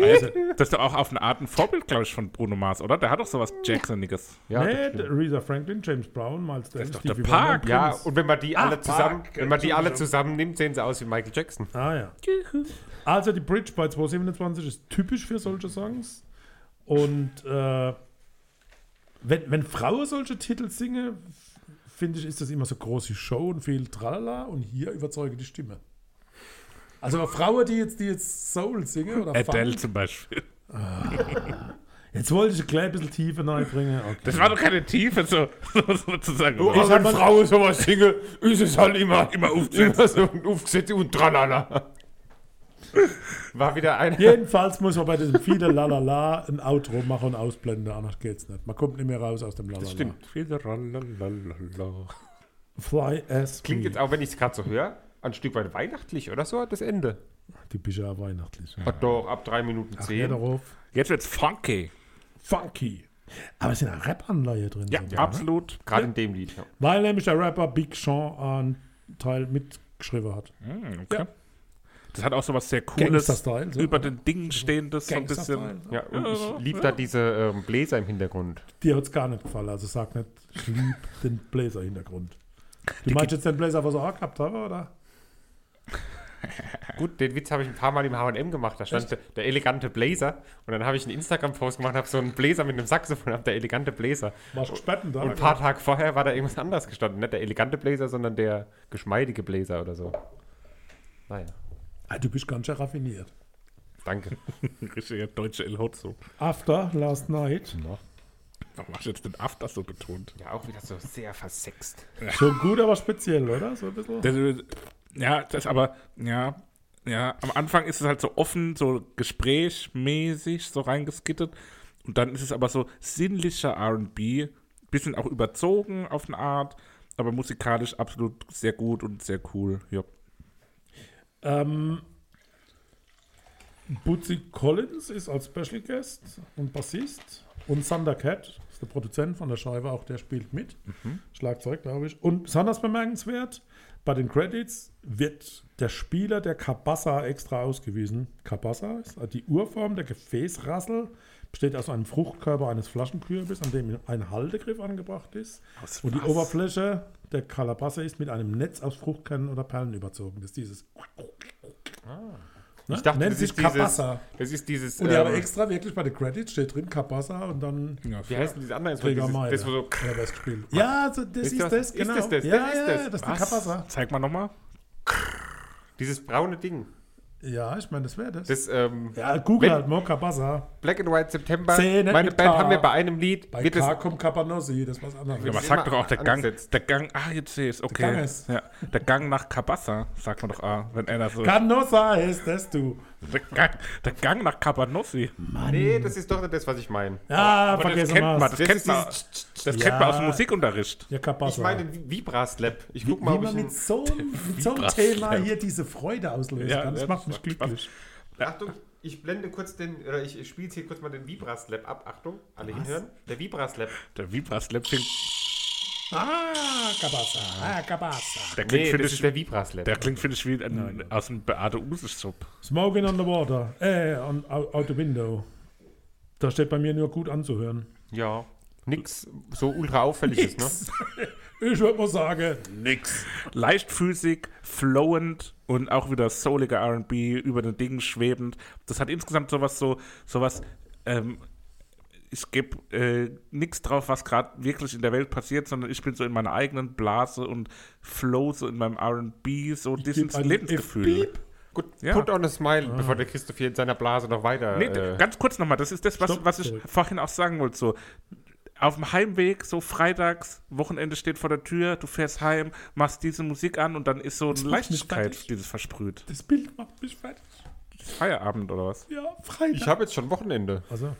Speaker 1: Also, das ist doch auch auf eine Art ein Vorbild, glaube ich, von Bruno Mars, oder? Der hat doch sowas Jacksoniges.
Speaker 3: Ja, das
Speaker 2: Ned,
Speaker 3: stimmt.
Speaker 2: Aretha Franklin, James Brown, Miles Davis,
Speaker 1: doch der
Speaker 2: Stevie
Speaker 1: Park.
Speaker 2: Wonder,
Speaker 3: ja,
Speaker 2: Prince.
Speaker 3: und wenn man die alle
Speaker 1: Ach,
Speaker 3: zusammen,
Speaker 1: fuck.
Speaker 3: wenn man die alle zusammennimmt, sehen sie aus wie Michael Jackson.
Speaker 2: Ah ja. Also die Bridge bei 227 ist typisch für solche Songs. Und äh, wenn, wenn Frauen solche Titel singen, f- finde ich, ist das immer so große Show und viel Tralala und hier überzeuge die Stimme. Also aber Frauen, die jetzt, die jetzt Soul singen oder
Speaker 1: Adele
Speaker 2: Funk,
Speaker 1: zum Beispiel.
Speaker 2: jetzt wollte ich gleich ein bisschen Tiefe reinbringen. Okay.
Speaker 1: Das war doch keine Tiefe, so, <laughs> so sozusagen.
Speaker 3: Oh,
Speaker 2: ich hab mal-
Speaker 3: halt Frau sowas singe, ist es halt <laughs> immer,
Speaker 1: Immer aufgesetzt.
Speaker 3: immer so ein aufgesetzt und <laughs> tralala. War wieder einer.
Speaker 2: Jedenfalls muss man bei diesem viele Lalala ein Outro machen und ausblenden, danach geht's nicht. Man kommt nicht mehr raus aus dem Lalala. Das
Speaker 3: stimmt.
Speaker 2: Fly as
Speaker 3: Klingt
Speaker 2: free.
Speaker 3: jetzt auch, wenn ich es gerade so höre, ein Stück weit weihnachtlich oder so, das Ende.
Speaker 2: Die Bischa weihnachtlich.
Speaker 3: Ach doch, ab 3 Minuten
Speaker 2: Ja,
Speaker 3: 10.
Speaker 2: darauf.
Speaker 1: Jetzt wird's funky.
Speaker 2: Funky. Aber es sind auch Rap-Anleihe drin.
Speaker 1: Ja,
Speaker 2: sogar, ne?
Speaker 1: absolut.
Speaker 3: Gerade in dem Lied. Ja.
Speaker 2: Weil nämlich der Rapper Big Sean einen Teil mitgeschrieben hat.
Speaker 1: Hm, okay. Das hat auch sowas sehr Cooles,
Speaker 2: Gangster-Style, so.
Speaker 1: über den Dingen stehendes, so ein
Speaker 2: Gangster-Style.
Speaker 1: bisschen.
Speaker 3: Ja, und ich liebe da diese ähm, Bläser im Hintergrund.
Speaker 2: Dir hat es gar nicht gefallen. Also sag nicht, ich liebe den Bläser-Hintergrund. Du meinst jetzt den Bläser, was er auch gehabt habe, oder?
Speaker 3: Gut, den Witz habe ich ein paar Mal im HM gemacht. Da stand der, der elegante Blazer. Und dann habe ich einen Instagram-Post gemacht, habe so einen Blazer mit einem Saxophon, habe der elegante Blazer.
Speaker 2: Warst du gespannt da?
Speaker 3: Und ein paar Tage vorher war da irgendwas anderes gestanden. Nicht der elegante Blazer, sondern der geschmeidige Blazer oder so. Naja,
Speaker 2: ah, du bist ganz schön raffiniert. <laughs>
Speaker 3: danke.
Speaker 1: <laughs> Richtiger deutsche El Hotzo.
Speaker 2: After last night,
Speaker 1: Warum hast du jetzt den After so betont?
Speaker 3: Ja, auch wieder so sehr versext.
Speaker 2: schon gut, aber speziell, oder? So ein bisschen.
Speaker 1: Das, ja, das aber, ja, ja, am Anfang ist es halt so offen, so gesprächmäßig, so reingeskittet. Und dann ist es aber so sinnlicher RB, bisschen auch überzogen auf eine Art, aber musikalisch absolut sehr gut und sehr cool. Ja.
Speaker 2: Ähm, Bootsy Collins ist als Special Guest und Bassist. Und Sander Cat ist der Produzent von der Scheibe, auch der spielt mit.
Speaker 1: Mhm.
Speaker 2: Schlagzeug, glaube ich. Und besonders bemerkenswert, bei den Credits wird der Spieler der Kabassa extra ausgewiesen. Kabassa ist die Urform der Gefäßrassel, besteht aus einem Fruchtkörper eines Flaschenkürbis, an dem ein Haltegriff angebracht ist.
Speaker 1: Aus
Speaker 2: und die
Speaker 1: was?
Speaker 2: Oberfläche der Kalabasse ist mit einem Netz aus Fruchtkernen oder Perlen überzogen. Das ist dieses
Speaker 3: Ich dachte,
Speaker 2: Ne? Nennt
Speaker 3: das
Speaker 2: sich
Speaker 3: ist dieses,
Speaker 2: Kabassa.
Speaker 3: Das ist dieses.
Speaker 2: Und die haben
Speaker 3: ähm,
Speaker 2: extra wirklich bei den Credits steht drin Kabassa und dann
Speaker 3: wie heißt denn dieses andere?
Speaker 2: Gregor
Speaker 3: Dieses-
Speaker 2: Meyer.
Speaker 3: Das, wo so
Speaker 2: Ja, wer es gespielt. Ja, so, das
Speaker 3: Ist
Speaker 2: ist,
Speaker 3: das-
Speaker 2: das,
Speaker 3: ist
Speaker 2: genau.
Speaker 3: das das?
Speaker 2: Ja,
Speaker 3: Das ist
Speaker 2: ja,
Speaker 3: das.
Speaker 2: das ist die Kabassa.
Speaker 1: Zeig mal nochmal.
Speaker 3: Dieses braune Ding.
Speaker 2: Ja, ich meine, das wäre das.
Speaker 3: Das ähm,
Speaker 2: Ja, Google
Speaker 3: Wenn-
Speaker 2: halt mal Kabassa.
Speaker 3: Black and White September.
Speaker 2: Zähne
Speaker 3: Meine
Speaker 2: mit
Speaker 3: Band
Speaker 2: K.
Speaker 3: haben wir bei einem Lied.
Speaker 2: Bei
Speaker 3: wird
Speaker 2: K
Speaker 3: es,
Speaker 2: kommt Kapanossi, das ist was anderes.
Speaker 1: Ja, aber
Speaker 3: ist
Speaker 1: sag
Speaker 3: immer
Speaker 1: doch auch der Gang,
Speaker 3: angesetzt.
Speaker 1: der Gang, ah, jetzt sehe ich es, okay.
Speaker 2: Der Gang ist-
Speaker 1: ja, der Gang nach Kabassa, sagt man doch, ah, wenn er das so.
Speaker 2: Canossa heißt das, du.
Speaker 1: Der Gang, der Gang nach Kabanossi.
Speaker 3: nee, das ist doch nicht das, was ich meine.
Speaker 2: Ja,
Speaker 1: Aber
Speaker 2: vergessen
Speaker 1: das kennt man,
Speaker 2: wir's.
Speaker 1: das,
Speaker 3: Oh, Das
Speaker 1: kennt
Speaker 3: ist
Speaker 1: man,
Speaker 3: dieses-
Speaker 1: das kennt man aus dem
Speaker 2: Ja.
Speaker 1: Musikunterricht.
Speaker 2: Ja,
Speaker 3: Ich
Speaker 2: Kabassa.
Speaker 3: meine den Vibra-Slap. Ich guck
Speaker 2: wie
Speaker 3: mal, ob ich
Speaker 2: man
Speaker 3: einen,
Speaker 2: mit so, einem- mit so einem
Speaker 1: Vibras-
Speaker 2: Thema hier diese Freude auslösen
Speaker 1: Ja,
Speaker 2: kann, das
Speaker 1: ja,
Speaker 2: macht mich
Speaker 1: macht Spaß.
Speaker 2: glücklich.
Speaker 3: Achtung, ich blende kurz den, oder ich spiele jetzt hier kurz mal den Vibra-Slap ab. Achtung, alle hinhören. Der Vibra-Slap.
Speaker 1: Der Vibra-Slap klingt,
Speaker 2: Ah, Kabassa. Ah, Kabassa.
Speaker 1: der klingt, finde ich,
Speaker 3: der Vibra-Slap.
Speaker 1: der klingt, finde ich, wie ein, aus dem Beate Usel-Sub.
Speaker 2: Smoking on the water. Äh, on, out, out the window. Da steht bei mir nur gut anzuhören.
Speaker 3: Ja, nix so ultra auffälliges, ne?
Speaker 2: <laughs> Ich würde mal sagen,
Speaker 1: Nix. Leichtfüßig, flowend und auch wieder souliger RB, über den Dingen schwebend. Das hat insgesamt sowas so, sowas, ähm, ich gebe äh, nichts drauf, was gerade wirklich in der Welt passiert, sondern ich bin so in meiner eigenen Blase und flow so in meinem RB, so dieses
Speaker 2: einen
Speaker 1: Lebensgefühl.
Speaker 3: Gut,
Speaker 1: Ja.
Speaker 3: put on a smile,
Speaker 2: Ah.
Speaker 3: bevor der Christoph hier in seiner Blase noch weiter.
Speaker 1: Nee,
Speaker 3: äh,
Speaker 1: ganz kurz nochmal, das ist das, was,
Speaker 2: Stopp,
Speaker 1: was ich
Speaker 2: zurück.
Speaker 1: vorhin auch sagen wollte. So, auf dem Heimweg, so freitags, Wochenende steht vor der Tür, du fährst heim, machst diese Musik an und dann ist so eine
Speaker 2: macht mich
Speaker 1: Leichtigkeit,
Speaker 2: fertig.
Speaker 1: dieses versprüht.
Speaker 2: das Bild macht mich fertig.
Speaker 1: Feierabend oder was?
Speaker 2: Ja, Freitag.
Speaker 3: ich habe jetzt schon Wochenende.
Speaker 2: also,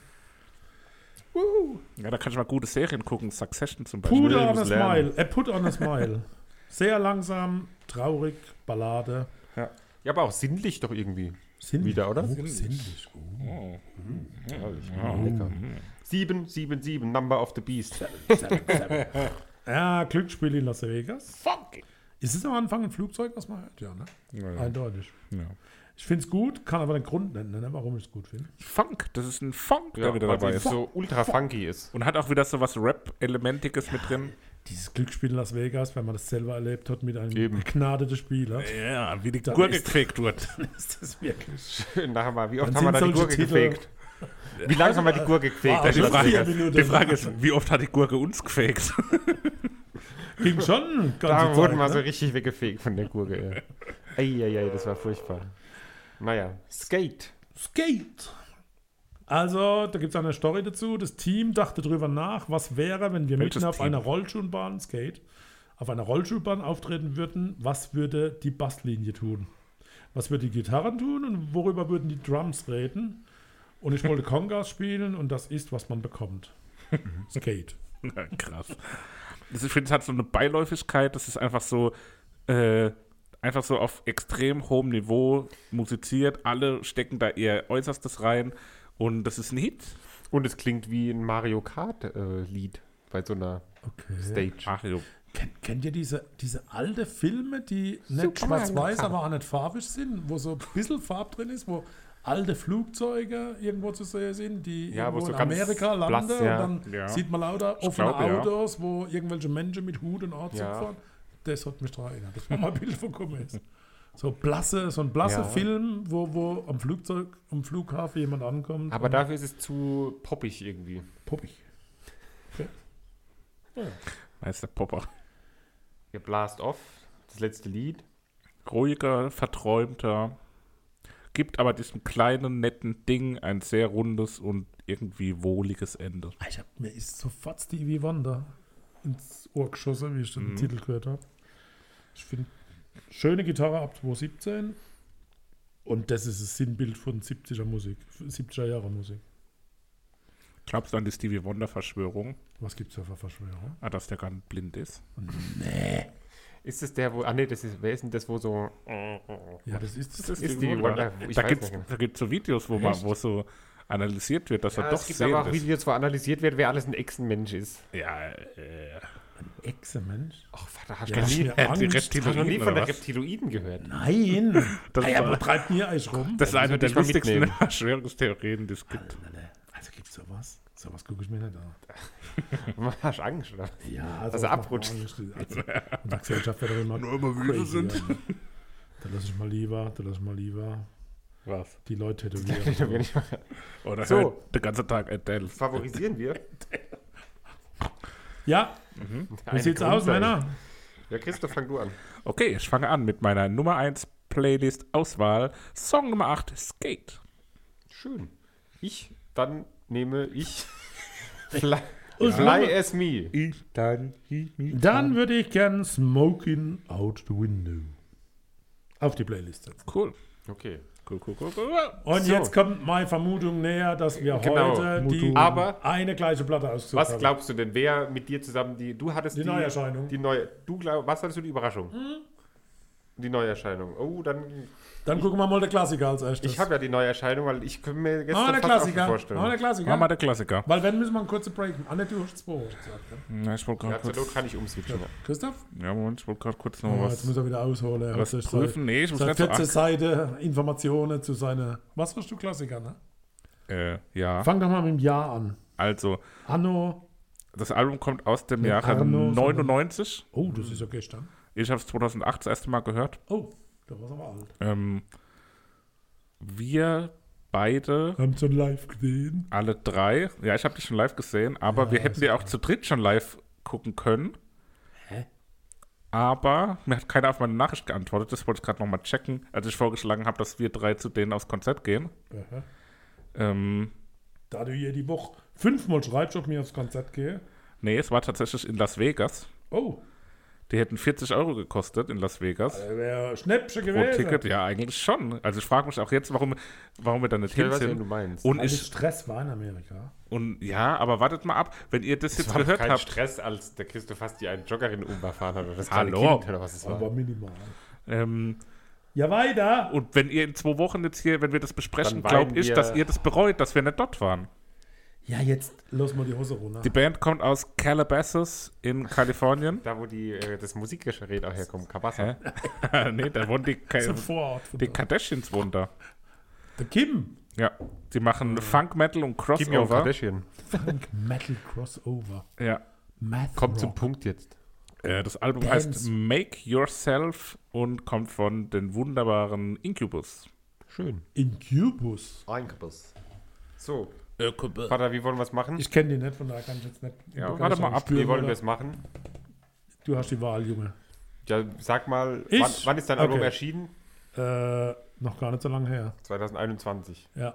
Speaker 1: Ja, da kann ich mal gute Serien gucken, Succession zum Beispiel.
Speaker 2: put
Speaker 3: will,
Speaker 2: on a
Speaker 3: muss lernen.
Speaker 2: smile. Äh, put on a smile. Sehr langsam, traurig, Ballade.
Speaker 3: Ja, aber auch sinnlich doch irgendwie.
Speaker 2: Sinnlich.
Speaker 3: Wieder, oder?
Speaker 2: Oh, sinnlich. Oh.
Speaker 3: Lecker. Sieben, sieben, sieben, Number of the Beast.
Speaker 2: Ja, Glücksspiel in Las Vegas. Ist es am Anfang ein Flugzeug, was man hört? Ja, ne? Eindeutig.
Speaker 1: Ja.
Speaker 2: Ich finde es gut, kann aber den Grund nennen, ne, warum ich es gut finde.
Speaker 1: Funk, das ist ein Funk,
Speaker 3: Ja,
Speaker 1: der wieder
Speaker 3: weil
Speaker 1: dabei
Speaker 3: die
Speaker 1: ist.
Speaker 3: so ultra funky
Speaker 1: <laughs>
Speaker 3: ist.
Speaker 1: Und hat auch wieder so was Rap-Elementiges mit drin.
Speaker 2: Dieses Glücksspiel in Las Vegas, wenn man das selber erlebt hat mit einem
Speaker 3: Eben.
Speaker 2: begnadeten Spieler,
Speaker 1: Ja, wie die
Speaker 2: Dann
Speaker 1: Gurke
Speaker 2: ist-
Speaker 1: gefegt <laughs> wird.
Speaker 2: <laughs> ist das wirklich.
Speaker 3: Nachher mal, wie oft
Speaker 2: Dann
Speaker 3: haben wir
Speaker 2: sind
Speaker 3: da die
Speaker 2: solche
Speaker 3: Gurke
Speaker 2: Titel-
Speaker 3: gefegt? Wie lange haben wir die Gurke gefegt?
Speaker 2: Wow.
Speaker 1: Die
Speaker 2: Also
Speaker 1: Frage,
Speaker 2: vier
Speaker 1: ist,
Speaker 2: Minuten.
Speaker 1: die Frage ist, wie oft hat die Gurke uns gefegt? <laughs>
Speaker 2: Ging schon.
Speaker 3: Da
Speaker 2: ganze
Speaker 3: wurden
Speaker 2: Zeit,
Speaker 3: wir so
Speaker 2: ne?
Speaker 3: richtig weggefegt von der Gurke. Eieiei, das war furchtbar. Naja, Skate.
Speaker 2: Skate. Also, da gibt es eine Story dazu. Das Team dachte drüber nach, was wäre, wenn wir
Speaker 1: Welches
Speaker 2: mitten auf
Speaker 1: Team?
Speaker 2: einer Rollschuhbahn, Skate, auf einer Rollschuhbahn auftreten würden. Was würde die Basslinie tun? Was würde die Gitarren tun und worüber würden die Drums reden? Und ich
Speaker 3: <laughs>
Speaker 2: wollte Congas spielen und das ist, was man bekommt.
Speaker 3: Mhm.
Speaker 2: Skate.
Speaker 1: Ja, Krass. Das, ich finde, es hat so eine Beiläufigkeit, das ist einfach so, äh, einfach so auf extrem hohem Niveau musiziert. Alle stecken da ihr Äußerstes rein und das ist ein Hit.
Speaker 3: Und es klingt wie ein Mario Kart-Lied bei so einer
Speaker 2: Okay.
Speaker 3: Stage.
Speaker 1: Mario.
Speaker 2: Kennt, kennt ihr diese, diese alte Filme, die
Speaker 3: Super
Speaker 2: nicht schwarz-weiß,
Speaker 3: Mario Kart.
Speaker 2: aber auch nicht farbig sind, wo so ein bisschen Farb drin ist, wo alte Flugzeuge irgendwo zu sehen sind, die
Speaker 3: Ja, wo
Speaker 2: irgendwo
Speaker 3: so
Speaker 2: in
Speaker 3: ganz
Speaker 2: Amerika
Speaker 3: blass,
Speaker 2: landen
Speaker 3: ja.
Speaker 2: und dann
Speaker 1: Ja.
Speaker 2: sieht man lauter offene
Speaker 1: glaube, ja.
Speaker 2: Autos, wo irgendwelche Menschen mit Hut und Anzug
Speaker 3: Ja.
Speaker 2: fahren. Das hat mich daran erinnert, dass man mal ein Bild von gekommen ist. So blasse, so ein blasser
Speaker 3: Ja.
Speaker 2: Film, wo, wo am Flugzeug, am Flughafen jemand ankommt.
Speaker 3: Aber
Speaker 2: und
Speaker 3: dafür ist es zu poppig irgendwie.
Speaker 2: poppig.
Speaker 1: Meister Popper.
Speaker 3: Ja, Blast Off, das letzte Lied.
Speaker 1: Ruhiger, verträumter. Gibt aber diesem kleinen, netten Ding ein sehr rundes und irgendwie wohliges Ende.
Speaker 2: Ah, Ich hab, mir ist sofort Stevie Wonder ins Ohr geschossen, wie ich den
Speaker 1: Mhm.
Speaker 2: Titel gehört habe. Ich finde, schöne Gitarre ab 2017. Und das ist das Sinnbild von 70er Musik, 70er Jahre Musik.
Speaker 1: Glaubst du an die Stevie Wonder-Verschwörung?
Speaker 2: Was gibt's da für Verschwörung?
Speaker 1: Ah, dass der gar nicht blind ist?
Speaker 3: Ist es der, wo. Ah, nee, das ist. Wer ist denn das, wo so.
Speaker 2: Ja, das ist das.
Speaker 3: ist Stevie Wonder. Ich
Speaker 1: Da
Speaker 3: weiß
Speaker 1: gibt es
Speaker 3: nicht.
Speaker 1: da gibt's so Videos, wo, man,
Speaker 2: Echt?
Speaker 1: wo so analysiert wird, dass
Speaker 3: Ja,
Speaker 1: er doch
Speaker 3: es gibt aber
Speaker 1: sehend
Speaker 3: auch
Speaker 1: ist.
Speaker 3: Videos, wo analysiert wird, wer alles ein Echsenmensch ist.
Speaker 1: Ja, äh,
Speaker 2: Exe, Mensch.
Speaker 3: Ach, Vater, hast du
Speaker 2: Ja,
Speaker 3: noch nie,
Speaker 2: mir Angst.
Speaker 3: hast du noch nie
Speaker 1: Reptiloiden,
Speaker 3: von
Speaker 1: oder
Speaker 3: der
Speaker 1: was?
Speaker 3: Reptiloiden
Speaker 2: <laughs>
Speaker 3: gehört?
Speaker 2: Nein!
Speaker 1: Das
Speaker 2: ah, ja,
Speaker 1: war-
Speaker 2: wo treibt mir eigentlich rum?
Speaker 1: Das ist eine der
Speaker 3: dich mal
Speaker 1: lustigsten
Speaker 3: mitnehmen.
Speaker 1: <laughs> Verschwörungstheorien, die es gibt.
Speaker 2: also gibt's sowas? Sowas gucke ich mir nicht an.
Speaker 3: Hast <laughs> du Angst, oder?
Speaker 2: Ja,
Speaker 3: Dass
Speaker 2: sowas
Speaker 3: er
Speaker 2: macht
Speaker 3: abrutscht.
Speaker 2: man auch
Speaker 3: <laughs>
Speaker 2: nicht. Also, in der Gesellschaft wird immer
Speaker 1: Nur immer Wüste sind.
Speaker 2: Ja. Da lasse ich mal lieber, da lasse ich mal lieber
Speaker 1: Was?
Speaker 2: die Leute
Speaker 3: <laughs>
Speaker 2: tätowieren.
Speaker 3: Wenn ich-
Speaker 1: Oder
Speaker 3: So.
Speaker 1: hört den ganzen Tag Adele.
Speaker 3: Favorisieren <laughs> wir?
Speaker 2: Ja, wie
Speaker 3: Eine
Speaker 2: sieht's aus,
Speaker 3: Grundseite.
Speaker 2: Männer?
Speaker 3: Ja, Christoph, fang du an.
Speaker 1: Okay, ich fange an mit meiner Nummer 1 Playlist-Auswahl. Song Nummer 8, Skate.
Speaker 3: Schön. Ich, dann nehme <laughs> ich Fly,
Speaker 2: Und
Speaker 3: Fly as Me.
Speaker 1: Ich dann,
Speaker 2: Dann würde ich gern Smoking Out the Window auf die Playlist setzen.
Speaker 1: Cool.
Speaker 3: Okay.
Speaker 1: Cool, cool, cool, cool.
Speaker 2: Und
Speaker 3: So.
Speaker 2: jetzt kommt meine Vermutung näher, dass wir
Speaker 3: Genau.
Speaker 2: heute die
Speaker 3: Mutung. Aber-
Speaker 2: eine gleiche Platte ausgesucht
Speaker 3: Was
Speaker 2: haben.
Speaker 3: glaubst du denn, wer mit dir zusammen die. Du hattest
Speaker 2: Die Neuerscheinung. Hm?
Speaker 3: Die neue, du glaub, was hattest du die Überraschung? Die Neuerscheinung. Oh, dann.
Speaker 2: Dann gucken wir mal den Klassiker als erstes.
Speaker 3: Ich habe ja die Neuerscheinung, weil ich könnte mir
Speaker 2: Machen wir
Speaker 3: gestern
Speaker 2: den
Speaker 3: fast auch schon
Speaker 2: Klassiker. Machen wir
Speaker 3: vorstellen.
Speaker 2: den Klassiker.
Speaker 1: Mach mal der Klassiker.
Speaker 2: Weil wenn müssen wir einen kurzen Break. machen. Ah, nicht, du hast zwei gesagt, gell?
Speaker 1: Ja, ich wollte
Speaker 3: Ja,
Speaker 1: gerade
Speaker 3: zur Not
Speaker 1: kurz,
Speaker 3: kann ich umswitchen. Ja.
Speaker 2: Christoph?
Speaker 1: ja, Moment, ich wollte gerade kurz noch
Speaker 2: Oh, jetzt
Speaker 1: was,
Speaker 2: muss er wieder ausholen. Er
Speaker 1: was
Speaker 2: hat sich
Speaker 1: prüfen. Nee, ich muss
Speaker 2: Seit
Speaker 1: nicht so
Speaker 2: 14
Speaker 1: arg-
Speaker 2: Seiten Informationen zu seiner. Was warst du Klassiker, ne?
Speaker 1: äh, Ja,
Speaker 2: Fang doch mal mit dem Jahr an.
Speaker 1: also,
Speaker 2: Anno.
Speaker 1: das Album kommt aus dem
Speaker 2: Mit
Speaker 1: Jahre
Speaker 2: Arno,
Speaker 1: 99.
Speaker 2: Oh, das ist ja gestern.
Speaker 1: Ich habe es 2008 das erste Mal gehört.
Speaker 2: Oh, da war es aber alt.
Speaker 1: Ähm, wir beide,
Speaker 2: Haben schon live gesehen.
Speaker 1: alle drei, ja, ich habe dich schon live gesehen, aber
Speaker 2: Ja,
Speaker 3: Ah,
Speaker 1: wir hätten
Speaker 2: ist
Speaker 1: die auch zu dritt schon live gucken können.
Speaker 2: Hä?
Speaker 1: Aber mir hat keiner auf meine Nachricht geantwortet. Das wollte ich gerade nochmal checken, als ich vorgeschlagen habe, dass wir drei zu denen aufs Konzert gehen.
Speaker 2: Aha.
Speaker 1: Ähm,
Speaker 2: Da du hier die Woche fünfmal schreibst, ob ich mir aufs Konzert gehe.
Speaker 1: nee, es war tatsächlich in Las Vegas.
Speaker 2: Oh,
Speaker 1: Die hätten 40 Euro gekostet in Las Vegas.
Speaker 2: da wäre Schnäppchen
Speaker 1: Pro
Speaker 2: gewesen.
Speaker 1: Ticket, ja, eigentlich schon. Also ich frage mich auch jetzt, warum, warum wir da nicht
Speaker 3: Ich
Speaker 1: hin
Speaker 3: weiß, wen du
Speaker 1: sind.
Speaker 3: meinst.
Speaker 1: Und
Speaker 2: Weil das
Speaker 1: ich,
Speaker 2: Stress war in Amerika.
Speaker 1: und ja, aber wartet mal ab, wenn ihr das
Speaker 3: Es
Speaker 1: jetzt
Speaker 3: war doch
Speaker 1: gehört
Speaker 3: kein
Speaker 1: habt.
Speaker 3: Stress, als der Christoph fast die eine Joggerin umgefahren hat. Oder das
Speaker 1: Hallo.
Speaker 3: kleine Kind, oder was es war.
Speaker 2: Aber minimal.
Speaker 1: Ähm,
Speaker 2: Ja, weiter.
Speaker 1: Und wenn ihr in zwei Wochen jetzt hier, wenn wir das besprechen,
Speaker 3: Dann weinen
Speaker 1: glaube ich,
Speaker 3: wir-
Speaker 1: dass ihr das bereut, dass wir nicht dort waren.
Speaker 2: Ja, jetzt los mal die Hose runter.
Speaker 1: Die Band kommt aus Calabasas in Kalifornien.
Speaker 3: Da, wo die, äh, das Musikgerät auch herkommt, Kabasa.
Speaker 1: Hä? <laughs> nee, da wohnen die, Ka
Speaker 2: zum Vorort von
Speaker 1: die
Speaker 2: der,
Speaker 1: Kardashians wohnen da.
Speaker 2: der Kim.
Speaker 1: Ja, die machen Funk, Metal und
Speaker 3: Kim
Speaker 1: Crossover.
Speaker 3: Kardashian.
Speaker 2: Punk Metal Crossover.
Speaker 1: Ja,
Speaker 2: Math
Speaker 3: Kommt zum
Speaker 2: Rock.
Speaker 3: Punkt jetzt.
Speaker 1: äh, das Album
Speaker 2: Bands.
Speaker 1: heißt Make Yourself und kommt von den wunderbaren Incubus.
Speaker 3: Schön.
Speaker 2: Incubus.
Speaker 3: Einkabus. So,
Speaker 1: Incubus.
Speaker 3: Vater, wie wollen wir es machen?
Speaker 2: Ich kenne die nicht, von daher kann ich jetzt nicht.
Speaker 1: Ja,
Speaker 2: kann
Speaker 1: warte
Speaker 2: ich
Speaker 1: mal
Speaker 2: nicht
Speaker 1: ab,
Speaker 2: spüren,
Speaker 3: Wie wollen
Speaker 2: oder?
Speaker 3: wir es machen?
Speaker 2: Du hast die Wahl, Junge.
Speaker 3: Ja, sag mal,
Speaker 2: Ich?
Speaker 3: wann, wann ist dein Album
Speaker 2: Okay.
Speaker 3: erschienen?
Speaker 2: Äh, noch gar nicht so lange her.
Speaker 3: 2021.
Speaker 2: Ja.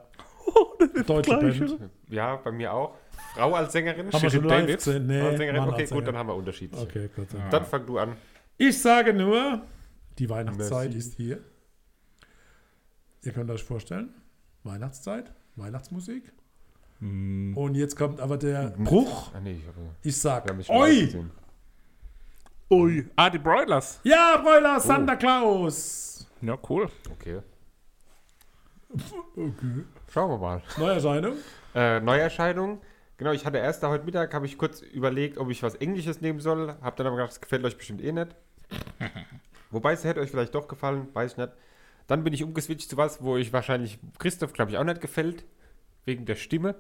Speaker 2: Deutsche Band.
Speaker 3: Ja, bei mir auch. Frau als Sängerin?
Speaker 2: Haben wir
Speaker 3: Shit.
Speaker 2: schon
Speaker 1: David?
Speaker 2: live gesehen? Nee,
Speaker 3: Frau als Sängerin?
Speaker 2: Mann
Speaker 3: Okay,
Speaker 2: als
Speaker 3: gut, dann
Speaker 2: Sänger.
Speaker 3: haben wir Unterschied.
Speaker 2: Okay, Gott sei Dank.
Speaker 3: Dann fang du an.
Speaker 2: Ich sage nur, die Weihnachtszeit
Speaker 3: Merci.
Speaker 2: ist hier. Ihr könnt euch vorstellen, Weihnachtszeit, Weihnachtsmusik. Und jetzt kommt aber der Bruch.
Speaker 3: Ah, nee, ich habe
Speaker 2: Ich
Speaker 3: hab
Speaker 2: sag,
Speaker 3: mich schon live
Speaker 2: oi!
Speaker 3: gesehen.
Speaker 1: Ui. Ah, die Broilers.
Speaker 2: Ja, Bräuler, Santa Claus!
Speaker 1: Ja, cool.
Speaker 3: Okay.
Speaker 2: Okay.
Speaker 3: Schauen wir mal.
Speaker 2: Neuerscheinung.
Speaker 3: Äh, Neuerscheinung. Genau, ich hatte erst da heute Mittag, habe ich kurz überlegt, ob ich was Englisches nehmen soll. Habe dann aber gedacht, das gefällt euch bestimmt eh
Speaker 1: <laughs>
Speaker 3: nicht. Wobei es hätte euch vielleicht doch gefallen, weiß ich nicht. Dann bin ich umgeswitcht zu was, wo ich wahrscheinlich Christoph, glaube ich, auch nicht gefällt. Wegen der Stimme.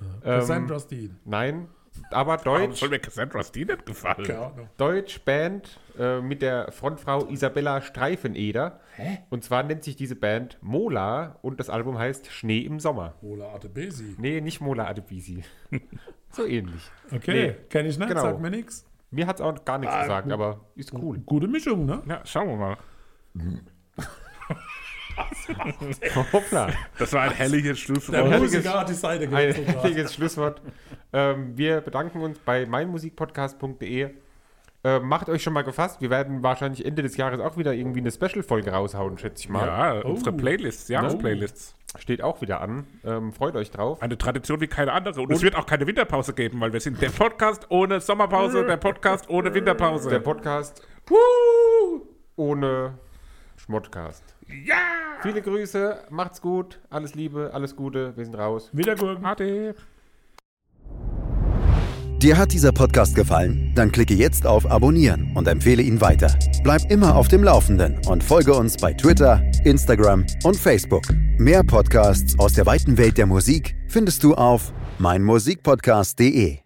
Speaker 2: Ähm,
Speaker 3: Ähm,
Speaker 2: Sandra Steen.
Speaker 3: Nein, aber
Speaker 1: Warum
Speaker 3: Deutsch,
Speaker 1: soll mir Cassandra Steen nicht gefallen?
Speaker 2: Keine Ahnung.
Speaker 3: Deutsch Band äh, mit der Frontfrau Isabella Streifeneder. Und zwar nennt sich diese Band Mola und das Album heißt Schnee im Sommer.
Speaker 2: Ola Adebesi.
Speaker 3: Nee, nicht Mola
Speaker 1: <laughs>
Speaker 3: Adebisi. so ähnlich.
Speaker 2: Okay,
Speaker 3: Nee,
Speaker 2: kenne ich nicht,
Speaker 3: genau.
Speaker 2: sagt mir nichts.
Speaker 3: Mir hat es auch gar
Speaker 1: Ah,
Speaker 3: nichts gesagt, aber ist cool.
Speaker 2: Gute Mischung, ne?
Speaker 1: Ja, schauen wir mal.
Speaker 3: <laughs> Hoppla.
Speaker 1: Das war ein herrlicher Schluss.
Speaker 2: Der
Speaker 3: Ein
Speaker 2: Musiker hat die Seite
Speaker 3: Ein
Speaker 2: gewechselt. gerade.
Speaker 3: herrliches Schlusswort. Ähm, wir bedanken uns bei meinmusikpodcast.de. Äh, macht euch schon mal gefasst. Wir werden wahrscheinlich Ende des Jahres auch wieder irgendwie eine Special-Folge raushauen, schätze ich mal.
Speaker 1: Ja,
Speaker 2: Oh.
Speaker 1: unsere Playlists, Jahresplaylists.
Speaker 3: Steht auch wieder an. Ähm, freut euch drauf.
Speaker 1: Eine Tradition wie keine andere. Und, es wird auch keine Winterpause geben, weil wir sind der Podcast ohne Sommerpause, der Podcast ohne Winterpause.
Speaker 3: Der Podcast ohne Schmottcast.
Speaker 1: ja!
Speaker 3: Viele Grüße, macht's gut, alles Liebe, alles Gute, wir sind raus.
Speaker 2: Wieder Gurken.
Speaker 1: Ade.
Speaker 4: Dir hat dieser Podcast gefallen? Dann klicke jetzt auf Abonnieren und empfehle ihn weiter. Bleib immer auf dem Laufenden und folge uns bei Twitter, Instagram und Facebook. Mehr Podcasts aus der weiten Welt der Musik findest du auf meinmusikpodcast.de.